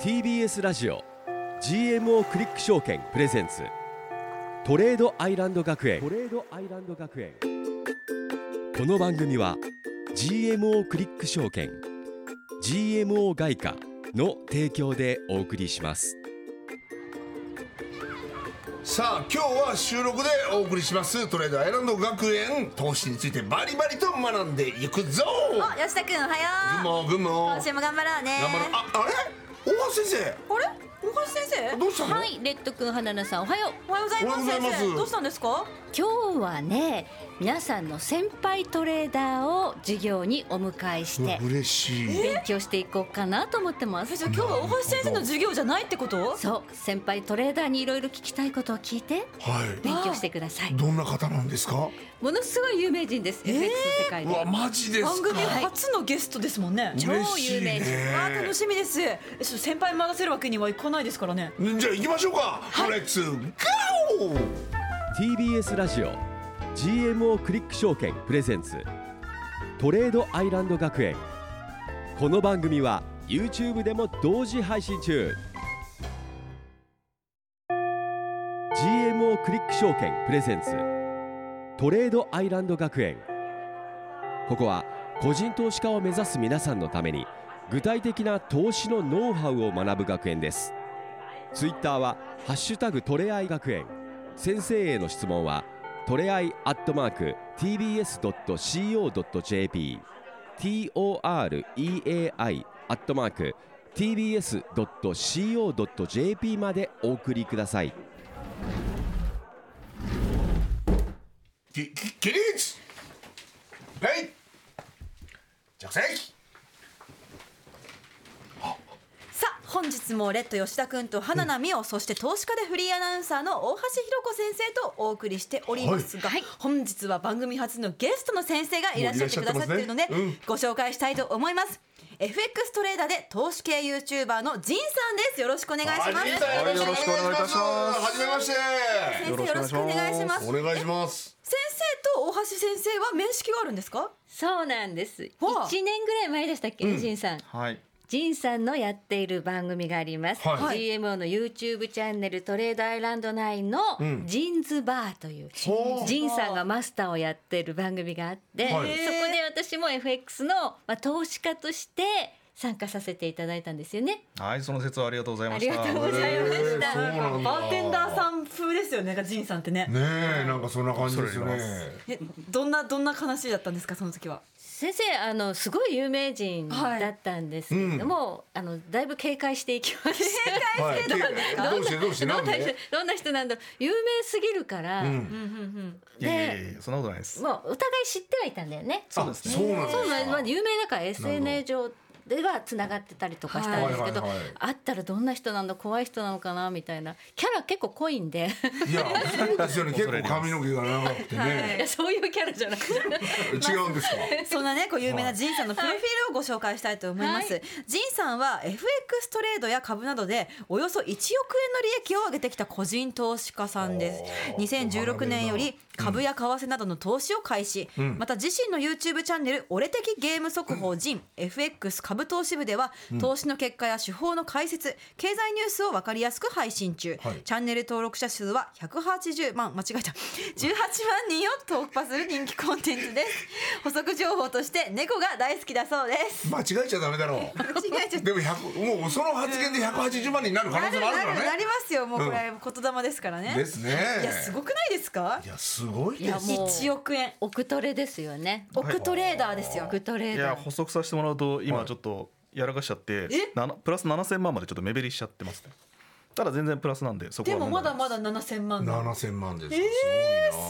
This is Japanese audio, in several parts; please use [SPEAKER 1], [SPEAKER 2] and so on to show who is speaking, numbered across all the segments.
[SPEAKER 1] TBS ラジオ GMO クリック証券プレゼンツトレードアイランド学園トレードアイランド学園この番組は GMO クリック証券 GMO 外貨の提供でお送りします
[SPEAKER 2] さあ今日は収録でお送りしますトレードアイランド学園投資についてバリバリと学んでいくぞ
[SPEAKER 3] あ、吉田くんおは
[SPEAKER 2] グ
[SPEAKER 3] よう
[SPEAKER 2] モグモ
[SPEAKER 3] 今週も頑張ろうね
[SPEAKER 2] 頑張ろうああれ大橋先生
[SPEAKER 3] あれ大橋先生
[SPEAKER 2] どうしたの
[SPEAKER 4] はい、レッド君、花菜さん、おはよ
[SPEAKER 3] お
[SPEAKER 4] う。
[SPEAKER 3] はようございます
[SPEAKER 2] おはようございます
[SPEAKER 3] 先生どうしたんですか
[SPEAKER 4] 今日はね、皆さんの先輩トレーダーを授業にお迎えして
[SPEAKER 2] うわ。嬉しい
[SPEAKER 4] 勉強していこうかなと思ってま
[SPEAKER 3] えじ
[SPEAKER 4] す
[SPEAKER 3] ゃあ。今日は大橋先生の授業じゃないってこと
[SPEAKER 4] そう、先輩トレーダーにいろいろ聞きたいことを聞いて、
[SPEAKER 2] はい
[SPEAKER 4] 勉強してください。
[SPEAKER 2] どんな方なんですか
[SPEAKER 4] ものすごい有名人です。FX 世界
[SPEAKER 2] うわ
[SPEAKER 4] で。
[SPEAKER 2] マジですか
[SPEAKER 3] 番組初のゲストですもんね、
[SPEAKER 4] 超有名人
[SPEAKER 2] 嬉しいね
[SPEAKER 3] あー楽しみですえちょっと先輩任せるわけにはいかないですからね
[SPEAKER 2] じゃあ行きましょうか、レッツゴー
[SPEAKER 1] TBS ラジオ GMO クリック証券プレゼンツトレードアイランド学園この番組は YouTube でも同時配信中 GMO クリック証券プレゼンツトレードアイランド学園ここは個人投資家を目指す皆さんのために具体的な投資のノウハウを学ぶ学園ですツイッターは「ハッシュタグトレアイ学園」先生への質問はトレアイアットマーク TBS.CO.JP TOREAI アットマーク TBS.CO.JP までお送りください
[SPEAKER 2] きき起立はい着席
[SPEAKER 3] さあ本日もレッド吉田くんと花奈美桜、そして投資家でフリーアナウンサーの大橋ひろ子先生とお送りしておりますが、
[SPEAKER 4] はい
[SPEAKER 3] 本日は番組初のゲストの先生がいらっしゃってくださっているので、
[SPEAKER 2] もういらっしゃってますね
[SPEAKER 3] ご紹介したいと思います。FX トレーダーで投資系 YouTuber のジンさんです。よろしくお願いします。
[SPEAKER 2] ジンさん
[SPEAKER 5] はいよろしくお願いいたします
[SPEAKER 2] はじめまして
[SPEAKER 3] 先生よ
[SPEAKER 5] よ
[SPEAKER 3] ろ
[SPEAKER 5] ろ
[SPEAKER 3] し
[SPEAKER 5] し
[SPEAKER 3] く
[SPEAKER 5] く
[SPEAKER 3] お
[SPEAKER 5] お
[SPEAKER 3] 願
[SPEAKER 5] 願
[SPEAKER 3] い
[SPEAKER 5] い
[SPEAKER 3] し
[SPEAKER 5] し
[SPEAKER 3] ま。
[SPEAKER 5] ます
[SPEAKER 2] お願いします
[SPEAKER 3] 先生と大橋先生は面識があるんですか？
[SPEAKER 4] そうなんです。一
[SPEAKER 3] ほう
[SPEAKER 4] 年ぐらい前でしたっけ、ジンさん。
[SPEAKER 5] はい。
[SPEAKER 4] ジンさんのやっている番組があります。
[SPEAKER 2] はい
[SPEAKER 4] GMO の YouTube チャンネルトレードアイランド内のジンズバーという、
[SPEAKER 2] おー
[SPEAKER 4] ジンさんがマスターをやってる番組があって、
[SPEAKER 2] はい
[SPEAKER 4] そこで私も FX の、まあ、投資家として参加させていただいたんですよね。
[SPEAKER 5] はい、その説はありがとうござい
[SPEAKER 4] あ
[SPEAKER 5] ま
[SPEAKER 4] り
[SPEAKER 5] し
[SPEAKER 4] が
[SPEAKER 5] た。
[SPEAKER 4] とうございました。
[SPEAKER 2] そうなんだ
[SPEAKER 3] バーテンダーさん風ですよね。なんかジンさんってね。
[SPEAKER 2] ねえなんかそんな感じですよね
[SPEAKER 3] えどんなどんな話だったんですかその時は。
[SPEAKER 4] 先生あのすごい有名人だったんですけれども、あのだいぶ警戒していきました。
[SPEAKER 2] はい
[SPEAKER 4] ど
[SPEAKER 2] どうしてどうしてなん
[SPEAKER 4] んな
[SPEAKER 2] で
[SPEAKER 4] 人どんな人なんだろう有名すぎるから、
[SPEAKER 5] いやいやいやいや、そんなことないです。
[SPEAKER 4] もうお互い知ってはいたんだよね。
[SPEAKER 2] あそうなんです
[SPEAKER 4] そうなんですまあ
[SPEAKER 2] か
[SPEAKER 4] 有名だから SNS 上ではつながってたりとかしたんですけど、
[SPEAKER 2] はいはいはいはい
[SPEAKER 4] 会ったらどんな人なんだ怖い人なのかなみたいなキャラ結構濃いんで
[SPEAKER 2] いやそうですよね結構髪の毛が長くて
[SPEAKER 4] い
[SPEAKER 2] ね
[SPEAKER 4] や そういうキャラじゃなくて
[SPEAKER 2] 違うんですか
[SPEAKER 3] そんなね、こう有名なジンさんのプロフィールをご紹介したいと思います。
[SPEAKER 4] はい
[SPEAKER 3] ジンさんは FX トレードや株などでおよそ1億円の利益を上げてきた個人投資家さんです。
[SPEAKER 2] おー
[SPEAKER 3] 2016年より株や為替などの投資を開始。また自身の YouTube チャンネル俺的ゲーム速報ジン FX 株投資部では投資の結果や手法の解説、経済ニュースをわかりやすく配信中。
[SPEAKER 2] はい
[SPEAKER 3] チャンネル登録者数は180万間違えた18万人を突破する人気コンテンツです補足情報として猫が大好きだそうです
[SPEAKER 2] 間違えちゃダメだろう
[SPEAKER 3] 間違えちゃっ
[SPEAKER 2] でも100もうその発言で180万になる可
[SPEAKER 3] たな
[SPEAKER 2] 能性
[SPEAKER 3] る
[SPEAKER 2] もあるか
[SPEAKER 3] なる
[SPEAKER 2] ら
[SPEAKER 3] な
[SPEAKER 2] ね
[SPEAKER 3] りますよもうこれ言霊ですからね、
[SPEAKER 2] ですね
[SPEAKER 3] いやすごくないですか
[SPEAKER 2] いやすごい
[SPEAKER 4] いや
[SPEAKER 2] です
[SPEAKER 4] もう
[SPEAKER 3] 1億円
[SPEAKER 4] 億トレですよね
[SPEAKER 3] 億トレーダーですよ
[SPEAKER 4] 億トレ
[SPEAKER 5] い
[SPEAKER 4] ー
[SPEAKER 5] や、
[SPEAKER 4] ダー
[SPEAKER 5] 補足させてもらうと、今ちょっとやらかしちゃって、ななプラス7000万までちょっと目減りしちゃってますね。ただ全然プラスなんで、そこ
[SPEAKER 3] で
[SPEAKER 5] は
[SPEAKER 3] も
[SPEAKER 5] 問
[SPEAKER 3] ま
[SPEAKER 5] 題な
[SPEAKER 3] だ
[SPEAKER 5] い
[SPEAKER 3] まだ7000万だ
[SPEAKER 2] 7000万ですす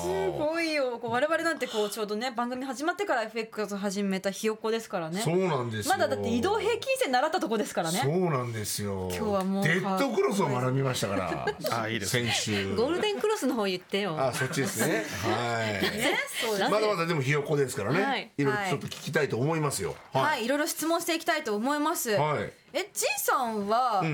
[SPEAKER 3] す
[SPEAKER 2] ごいな
[SPEAKER 3] ごいよこう我々なんてこうちょうどね番組始まってから FX を始めたひよっこですからね
[SPEAKER 2] そうなんですよ
[SPEAKER 3] まだだって移動平均線習ったとこですからね
[SPEAKER 2] そうなんですよ
[SPEAKER 3] 今日はもう
[SPEAKER 2] デッドクロスを学びましたから
[SPEAKER 5] あいいですね
[SPEAKER 2] 先週
[SPEAKER 4] ゴールデンクロスの方言ってよ
[SPEAKER 2] あそっちですね はい
[SPEAKER 4] なんで
[SPEAKER 2] まだまだでもひよこですからね、
[SPEAKER 4] はいい、
[SPEAKER 2] ろいろちょっと聞きたいと思いますよ
[SPEAKER 3] はいい、いろいろ質問していきたいと思います。
[SPEAKER 2] はい
[SPEAKER 3] え、じいさんは、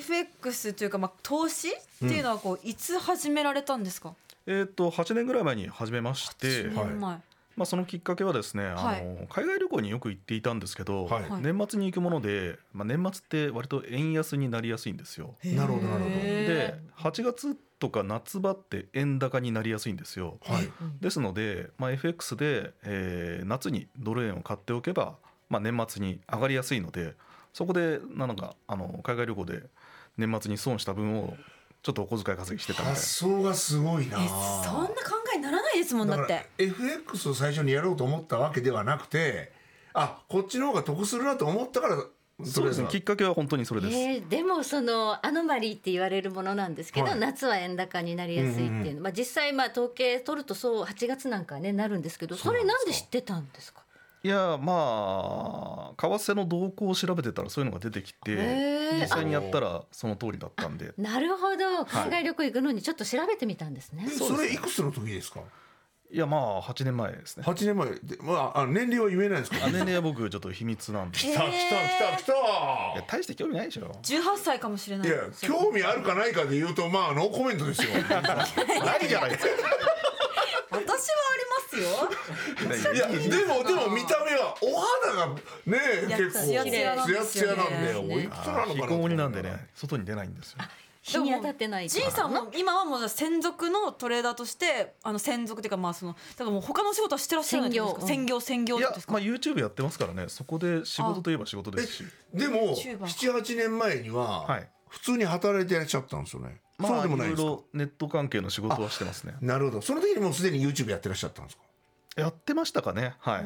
[SPEAKER 3] FX というか、まあ、投資っていうのは、こう、いつ始められたんですか。
[SPEAKER 5] えっと、8年ぐらい前に始めまして、
[SPEAKER 3] 1年前。
[SPEAKER 5] まあ、そのきっかけはですね、
[SPEAKER 3] はい
[SPEAKER 5] あの海外旅行によく行っていたんですけど、
[SPEAKER 2] はい
[SPEAKER 5] 年末に行くもので、まあ、年末って割と円安になりやすいんですよ。
[SPEAKER 2] なるほどなるほ
[SPEAKER 5] で8月とか夏場って円高になりやすいんですよ。
[SPEAKER 2] どはい
[SPEAKER 5] ですので、まあ、FX で、えー夏にドル円を買っておけば、まあ、年末に上がりやすいのでそこでなんかあの海外旅行で年末に損した分をちょっとお小遣い稼ぎしてたみたいな
[SPEAKER 2] 発。想がすごいな
[SPEAKER 3] えそんな考えにならないですもんだっ
[SPEAKER 2] だか
[SPEAKER 3] て
[SPEAKER 2] ら FX を最初にやろうと思ったわけではなくてあこっちの方が得するなと思ったから
[SPEAKER 5] そうですね
[SPEAKER 2] ト
[SPEAKER 5] き
[SPEAKER 2] レ
[SPEAKER 5] っかけは本当にそれです。
[SPEAKER 4] えーでもそのアノマリーって言われるものなんですけど、
[SPEAKER 2] はい
[SPEAKER 4] 夏は円高になりやすいっていうの、
[SPEAKER 2] うんうん
[SPEAKER 4] まあ、実際まあ統計取るとそう8月なんかはねなるんですけどそれなんで知ってたんですか
[SPEAKER 5] いやまあ為替の動向を調べてたらそういうのが出てきて
[SPEAKER 4] へー
[SPEAKER 5] 実際にやったらその通りだったんで
[SPEAKER 4] なるほど海外旅行行くのにちょっと調べてみたんですね、
[SPEAKER 2] ーそれいくつの時ですか
[SPEAKER 5] いやまあ8年前ですね
[SPEAKER 2] 8年前でまああ年齢は言えないんですけど
[SPEAKER 5] あ年齢は僕ちょっと秘密なんで
[SPEAKER 2] 来た来た来た来
[SPEAKER 5] いや
[SPEAKER 2] た
[SPEAKER 5] 大して興味ないでしょ
[SPEAKER 3] 18歳かもしれない
[SPEAKER 2] いや興味あるかないかで言うとまあノーコメント ですよないじゃないですか
[SPEAKER 3] 私はありますよ
[SPEAKER 2] いやでもでも見た目はお肌がね
[SPEAKER 3] いや
[SPEAKER 2] 結構
[SPEAKER 3] ツ
[SPEAKER 2] ツ
[SPEAKER 3] ヤ
[SPEAKER 2] ヤ
[SPEAKER 3] ツ
[SPEAKER 2] ツ
[SPEAKER 3] ヤ
[SPEAKER 2] ヤ
[SPEAKER 3] な
[SPEAKER 2] なんん
[SPEAKER 3] ですよね
[SPEAKER 2] でおいくつなのかな
[SPEAKER 5] 非
[SPEAKER 2] と思っ
[SPEAKER 5] 公
[SPEAKER 2] たら
[SPEAKER 5] 認なんでね外に出ないんですよ
[SPEAKER 4] 日に当たってない
[SPEAKER 3] じいさんも今はもう専属のトレーダーとしてあの専属っていうかまあそのだからもう他の仕事はしてらっしゃるんですか
[SPEAKER 4] 専
[SPEAKER 3] 専業専業っ
[SPEAKER 5] い
[SPEAKER 3] て
[SPEAKER 5] や
[SPEAKER 3] ことですか
[SPEAKER 5] まあ YouTube やってますからねそこで仕事といえば仕事ですし
[SPEAKER 2] でも
[SPEAKER 3] チューバー
[SPEAKER 2] 78年前に
[SPEAKER 5] は
[SPEAKER 2] はい普通に働いていらっしゃったんですよね、
[SPEAKER 5] ま
[SPEAKER 2] そ
[SPEAKER 5] あ
[SPEAKER 2] うで
[SPEAKER 5] い
[SPEAKER 2] もない
[SPEAKER 5] ろ
[SPEAKER 2] です
[SPEAKER 5] い
[SPEAKER 2] か
[SPEAKER 5] ろネット関係の仕事はしてますね
[SPEAKER 2] なるほどその時にもうすでに YouTube やってらっしゃったんですか、
[SPEAKER 5] やってましたかねはい
[SPEAKER 3] え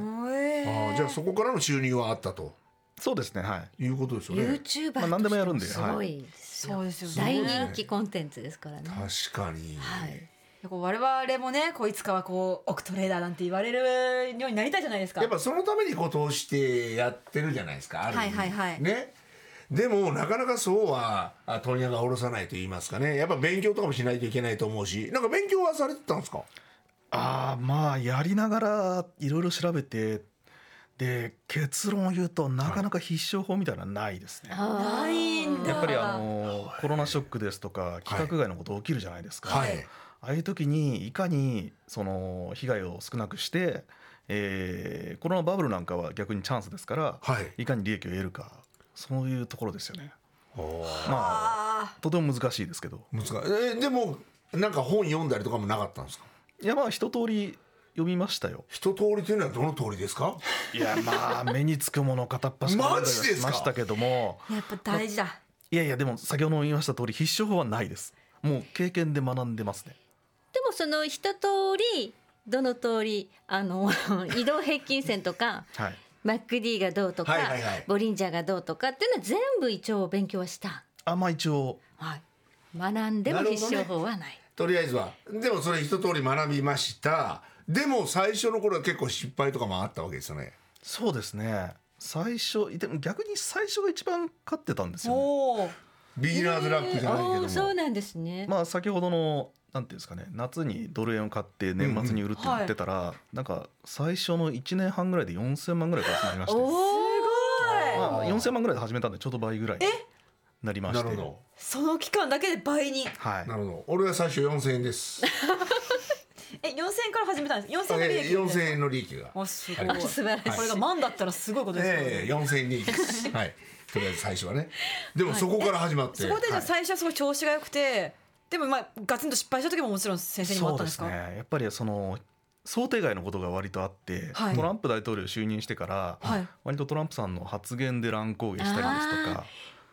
[SPEAKER 3] ー
[SPEAKER 2] ああじゃあそこからの収入はあったと
[SPEAKER 5] そうですねはい
[SPEAKER 2] いうことですよね
[SPEAKER 4] YouTuber
[SPEAKER 5] まあ何でもやるんで
[SPEAKER 4] としてもすごいですよ,、
[SPEAKER 3] そうですよね
[SPEAKER 4] 大人気コンテンツですからね
[SPEAKER 2] 確かに、
[SPEAKER 4] はい
[SPEAKER 3] こう我々もねこういつかはこう億トレーダーなんて言われるようになりたいじゃないですか
[SPEAKER 2] やっぱそのためにこう投資してやってるじゃないですかある意味
[SPEAKER 3] はいはいはい
[SPEAKER 2] ねでもなかなかそうはあ問屋が下ろさないと言いますかねやっぱ勉強とかもしないといけないと思うしなんか勉強はされてたんですか
[SPEAKER 5] ああまあやりながらいろいろ調べてで結論を言うとなかなか必勝法みたいなのはないですね、
[SPEAKER 4] あ
[SPEAKER 3] ないんだ
[SPEAKER 5] やっぱりあのコロナショックですとか規格外のこと起きるじゃないですか、
[SPEAKER 2] はい
[SPEAKER 5] ああいう時にいかにその被害を少なくして、えーコロナバブルなんかは逆にチャンスですから、
[SPEAKER 2] はい
[SPEAKER 5] い、かに利益を得るかそういうところですよね
[SPEAKER 2] おー
[SPEAKER 5] まあ
[SPEAKER 3] あ
[SPEAKER 5] とても難しいですけど
[SPEAKER 2] 難しいえでもなんか本読んだりとかもなかったんですか
[SPEAKER 5] いやまあ一通り読みましたよ
[SPEAKER 2] 一通りというのはどの通りですか
[SPEAKER 5] いやまあ目につくもの片っ端から
[SPEAKER 2] マジですか
[SPEAKER 5] ましたけども
[SPEAKER 3] ーやっぱ大事だ
[SPEAKER 5] いやいやでも先ほども言いました通り必勝法はないですもう経験で学んでますね
[SPEAKER 4] でもその一通りどの通りあの 移動平均線とか
[SPEAKER 5] はい
[SPEAKER 4] マック D がどうとか、
[SPEAKER 2] はいはいはい
[SPEAKER 4] ボリンジャーがどうとかっていうのは全部一応勉強はした、
[SPEAKER 5] あまあ一応
[SPEAKER 4] はい、学んでも
[SPEAKER 2] なるほ
[SPEAKER 4] 必
[SPEAKER 2] どね
[SPEAKER 4] 勝法はない
[SPEAKER 2] とりあえずはでもそれ一通り学びましたでも最初の頃は結構失敗とかもあったわけですよね
[SPEAKER 5] そうですね最初でも逆に最初が一番勝ってたんですよ、ね、
[SPEAKER 3] おお
[SPEAKER 2] ビギナーズラックじゃないけ
[SPEAKER 4] えーおー
[SPEAKER 2] ど
[SPEAKER 4] そ
[SPEAKER 2] も、
[SPEAKER 4] うなんですね、
[SPEAKER 5] まあ先ほどのなんていうんですかね夏にドル円を買って年末に売るって言ってたら、なんか最初の1年半ぐらいで4000万ぐらいから始まりまして
[SPEAKER 4] お
[SPEAKER 3] す
[SPEAKER 4] お
[SPEAKER 3] ごい
[SPEAKER 5] まあ、4000万ぐらいで始めたんでちょうど倍ぐらいになりまし
[SPEAKER 2] な
[SPEAKER 5] て
[SPEAKER 2] るほど
[SPEAKER 3] その期間だけで倍に
[SPEAKER 5] はい
[SPEAKER 2] なるほど俺は最初4000円です
[SPEAKER 3] え4000円から始めたんです4000円の利
[SPEAKER 2] え
[SPEAKER 3] 益で
[SPEAKER 2] 4000円の利益が
[SPEAKER 3] あすごい
[SPEAKER 2] あ
[SPEAKER 4] 素晴らしい
[SPEAKER 3] これが万だったらすごいことですよね、
[SPEAKER 2] ええ4000円利益ですはいとりあえず最初はねでもそこから始まって、
[SPEAKER 3] そこでじゃ
[SPEAKER 2] は
[SPEAKER 3] あ
[SPEAKER 2] い
[SPEAKER 3] 最初はすごい調子が良くて、でもまあガツンと失敗した時ももちろん先生にもあ
[SPEAKER 5] そ
[SPEAKER 3] っ
[SPEAKER 5] う
[SPEAKER 3] たんで
[SPEAKER 5] で
[SPEAKER 3] す
[SPEAKER 5] す
[SPEAKER 3] か
[SPEAKER 5] ねやっぱりその想定外のことが割とあって、
[SPEAKER 3] はい
[SPEAKER 5] トランプ大統領就任してから、
[SPEAKER 3] はい
[SPEAKER 5] 割とトランプさんの発言で乱高下したりですとか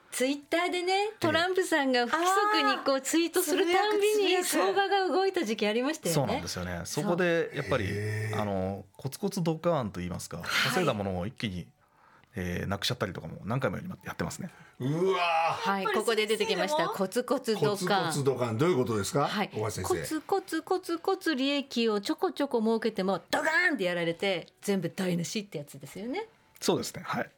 [SPEAKER 4] ツイッターでねトランプさんが不規則にこうツイートするたんび
[SPEAKER 3] あー
[SPEAKER 4] に
[SPEAKER 3] つぶやくつ
[SPEAKER 4] 相
[SPEAKER 3] ぶや
[SPEAKER 4] 場が動いた時期ありましたよね
[SPEAKER 5] そうなんですよねそこでやっぱりあのコツコツドカーンと言いますか稼いだものを一気に、えーなくしちゃったりとかも何回もやりまやってますね
[SPEAKER 2] うわー
[SPEAKER 4] はいここで出てきまし
[SPEAKER 3] や
[SPEAKER 4] た
[SPEAKER 3] っぱり
[SPEAKER 4] コツコツ
[SPEAKER 2] コ
[SPEAKER 4] ド
[SPEAKER 2] ツ
[SPEAKER 4] カ
[SPEAKER 2] コ
[SPEAKER 4] ン
[SPEAKER 2] ツドカンどういうことですか、
[SPEAKER 4] はい、
[SPEAKER 2] 小
[SPEAKER 4] コ
[SPEAKER 2] 林先生
[SPEAKER 4] ツコツコツコツ利益をちょこちょこ儲けてもドガーンってやられて全部台無しってやつですよね。
[SPEAKER 5] そうですねはい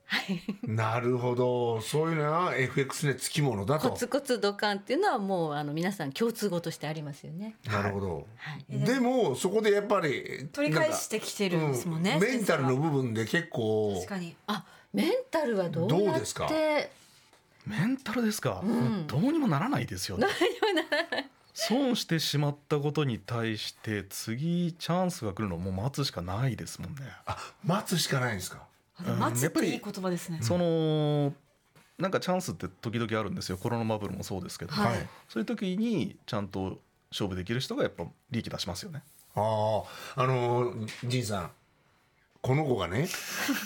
[SPEAKER 2] なるほどそういうのは FX ねつきものだと
[SPEAKER 4] コツコツドカンっていうのはもうあの皆さん共通語としてありますよね。
[SPEAKER 2] なるほど、
[SPEAKER 4] はい
[SPEAKER 2] でもそこでやっぱり
[SPEAKER 3] 取り返してきてるんですもんね
[SPEAKER 2] うメンタルの部分で結構
[SPEAKER 3] 確かに
[SPEAKER 4] あ、メンタルはどう
[SPEAKER 2] どう
[SPEAKER 4] やっ
[SPEAKER 2] ですか
[SPEAKER 4] て
[SPEAKER 5] メンタルですか、どうにもならないですよね損してしまったことに対して次チャンスが来るのをもう待つしかないですもんね。
[SPEAKER 2] あ待つしかないんですか
[SPEAKER 3] あの
[SPEAKER 5] うん
[SPEAKER 3] 待つ
[SPEAKER 5] や
[SPEAKER 3] っ
[SPEAKER 5] っぱ
[SPEAKER 3] て
[SPEAKER 5] り
[SPEAKER 3] いい言葉ですね。
[SPEAKER 5] そのなんかチャンスって時々あるんですよコロナバブルもそうですけど、
[SPEAKER 3] はい
[SPEAKER 5] そういう時にちゃんと勝負できる人がやっぱ利益出しますよね。
[SPEAKER 2] あああのジンさんこの子がね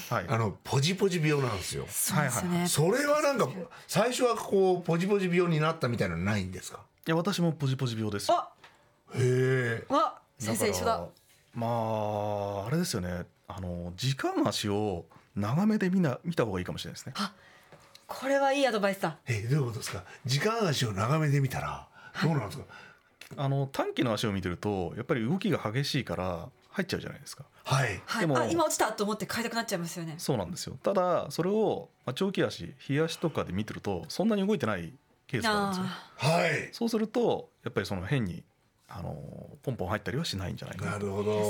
[SPEAKER 5] はい、
[SPEAKER 2] あのポジポジ病なんですよ
[SPEAKER 3] そうですね。
[SPEAKER 2] それはなんか最初はこうポジポジ病になったみたいなのないんですか
[SPEAKER 5] いや私もポジポジ病ですよ。
[SPEAKER 3] あ、
[SPEAKER 2] へえ
[SPEAKER 3] わ、先生一緒
[SPEAKER 5] から
[SPEAKER 3] だ。
[SPEAKER 5] まああれですよねあの時間足を長めで見な見た方がいいかもしれないですね。
[SPEAKER 3] これはいいアドバイスだ。
[SPEAKER 2] えどういうことですか時間足を長めで見たらどうなんですか
[SPEAKER 5] あの短期の足を見てるとやっぱり動きが激しいから入っちゃうじゃないですか。
[SPEAKER 2] はい
[SPEAKER 3] は
[SPEAKER 5] で
[SPEAKER 3] い。
[SPEAKER 5] も
[SPEAKER 3] あ、今落ちたと思って買いたくなっちゃいますよね。
[SPEAKER 5] そうなんですよ。ただそれをまあ長期足日足とかで見てるとそんなに動いてないケースがあるんですよ。
[SPEAKER 3] あ
[SPEAKER 2] はい
[SPEAKER 5] そうするとやっぱりその変にあのポンポン入ったりはしないんじゃないか
[SPEAKER 2] な
[SPEAKER 5] な。
[SPEAKER 2] るほど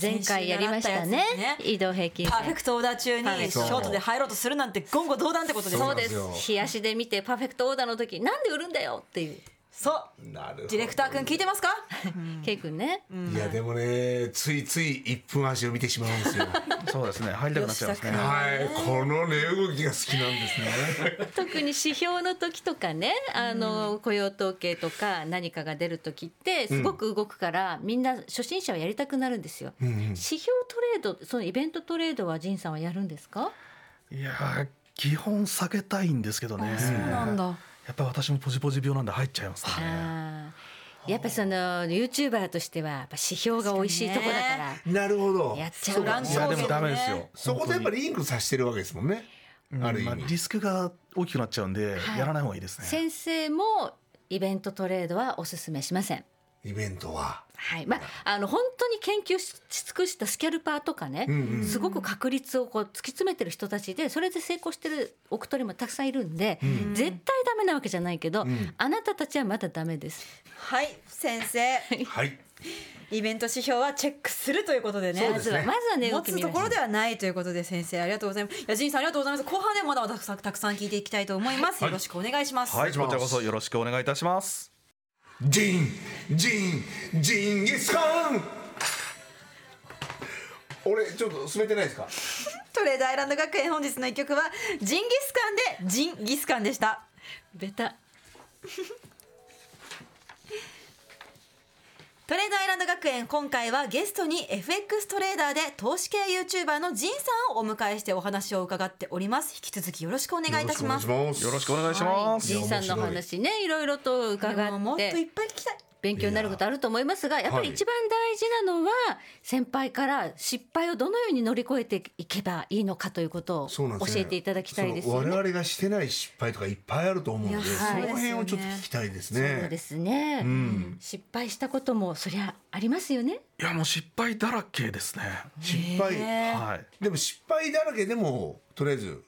[SPEAKER 4] 前回やりまし
[SPEAKER 3] 先週習っ
[SPEAKER 4] たね
[SPEAKER 3] たやつですね
[SPEAKER 4] 移動平均
[SPEAKER 3] ーパーフェ
[SPEAKER 4] 線
[SPEAKER 3] クトオーダー中
[SPEAKER 4] パーフェ
[SPEAKER 3] に
[SPEAKER 4] ク
[SPEAKER 3] シ
[SPEAKER 4] ト
[SPEAKER 3] ョートで入ろうとするなんて言語道断ってことです。
[SPEAKER 2] そ
[SPEAKER 4] そうう
[SPEAKER 2] で
[SPEAKER 4] です
[SPEAKER 2] よ
[SPEAKER 4] す日足で見てパーフェクトオーダーの時なんで売るんだよっていう
[SPEAKER 3] そう。
[SPEAKER 2] なるほど
[SPEAKER 3] ディレクター君聞いてますか？
[SPEAKER 4] ケイ君ね
[SPEAKER 2] いやでもねついつい一分足を見てしまうんですよ
[SPEAKER 5] そうですね。入りたくなっちゃいますね
[SPEAKER 3] 吉田。
[SPEAKER 2] はいこのね動きが好きなんですね
[SPEAKER 4] 特に指標の時とかねあの雇用統計とか何かが出る時ってすごく動くからみんな初心者はやりたくなるんですよ。
[SPEAKER 2] うんうん
[SPEAKER 4] 指標トレードそのイベントトレードは仁さんはやるんですか
[SPEAKER 5] いやー基本避けたいんですけどね。
[SPEAKER 3] そうなんだ。
[SPEAKER 5] やっぱり私もポジポジ病なんで入っちゃいますね。
[SPEAKER 4] あーやっぱそのユーチューバーとしてはやっぱ指標が美味しいとこだから
[SPEAKER 2] なるほど
[SPEAKER 4] やっちゃ
[SPEAKER 2] そうか
[SPEAKER 4] ラン
[SPEAKER 5] いやでもダメですよ。
[SPEAKER 2] そこでやっぱリンクさせてるわけですもんね
[SPEAKER 5] 本当に
[SPEAKER 2] ある意
[SPEAKER 5] ま
[SPEAKER 2] 味
[SPEAKER 5] リスクが大きくなっちゃうんで、
[SPEAKER 4] はい
[SPEAKER 5] やらない方がいいですね。
[SPEAKER 4] 先生もイベントトレードはおすすめしません。
[SPEAKER 2] イベントは
[SPEAKER 4] はい、まあ、あの本当に研究し尽くしたスキャルパーとかね、
[SPEAKER 2] うんうん
[SPEAKER 4] すごく確率をこう突き詰めてる人たちでそれで成功してるおくとりもたくさんいるんで、絶対ダメなわけじゃないけど、
[SPEAKER 2] ん
[SPEAKER 4] あなたたちはまだダメです。
[SPEAKER 3] はい、先生。
[SPEAKER 2] はい
[SPEAKER 3] イベント指標はチェックするということでね。
[SPEAKER 2] そう
[SPEAKER 4] ま
[SPEAKER 2] で
[SPEAKER 4] ず
[SPEAKER 2] すね
[SPEAKER 4] はまずはね
[SPEAKER 3] 持
[SPEAKER 4] 動き
[SPEAKER 3] つ
[SPEAKER 4] 見
[SPEAKER 3] と
[SPEAKER 4] まし
[SPEAKER 3] こ
[SPEAKER 4] ょ
[SPEAKER 3] ろ
[SPEAKER 4] う
[SPEAKER 3] ではないということで先生ありがとうございます。いやジンさんありがとうございます。後半でもまだまだたくさんたくさん聞いていきたいと思います。よろしくお願いします。
[SPEAKER 5] はい、こちらこそよろしくお願いいたします。
[SPEAKER 2] ジンジンジンギスカン俺ちょっと滑ってないですか
[SPEAKER 3] トレードアイランド学園本日の一曲はジンギスカンでジンギスカンでした。
[SPEAKER 4] ベタ
[SPEAKER 3] トレードアイランド学園今回はゲストに FX トレーダーで投資系 YouTuber のジンさんをお迎えしてお話を伺っております引き続きよろしくお願いいたします
[SPEAKER 2] よろしくお
[SPEAKER 5] よろ
[SPEAKER 2] 願
[SPEAKER 5] しくお
[SPEAKER 4] は
[SPEAKER 5] 願いしま
[SPEAKER 4] い、
[SPEAKER 5] す。
[SPEAKER 4] 仁さんのお話ねいろいろと伺
[SPEAKER 3] もうも
[SPEAKER 4] っ
[SPEAKER 3] っとい
[SPEAKER 4] て
[SPEAKER 3] っぱい聞きたい
[SPEAKER 4] 勉強になることあると思いますがやっぱり
[SPEAKER 2] はい
[SPEAKER 4] 一番大事なのは先輩から失敗をどのように乗り越えていけばいいのかということを
[SPEAKER 2] そう
[SPEAKER 4] 教
[SPEAKER 2] なんですね
[SPEAKER 4] えていただきたいですよ
[SPEAKER 2] その
[SPEAKER 4] ね。
[SPEAKER 2] 我々がしてない失敗とかいっぱいあると思うんで、
[SPEAKER 3] いや
[SPEAKER 2] そ
[SPEAKER 4] はい
[SPEAKER 2] の辺をちょっと聞きたいですね。
[SPEAKER 4] そうですね、
[SPEAKER 2] ん
[SPEAKER 4] 失敗したこともそりゃありますよね
[SPEAKER 5] いやもう失敗だらけですね。
[SPEAKER 2] 失敗、
[SPEAKER 3] ね
[SPEAKER 5] はい。
[SPEAKER 2] でも失敗だらけでもとりあえず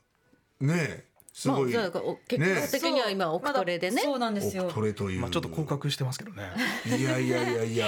[SPEAKER 2] ねえす
[SPEAKER 4] まあ
[SPEAKER 2] ごい、
[SPEAKER 4] そうお結果的には今
[SPEAKER 3] そう
[SPEAKER 4] 億トレでね、
[SPEAKER 3] まだそうなんですよ
[SPEAKER 2] 億トレという。
[SPEAKER 5] まあちょっと降格してますけどね。
[SPEAKER 2] いやいやいやいや。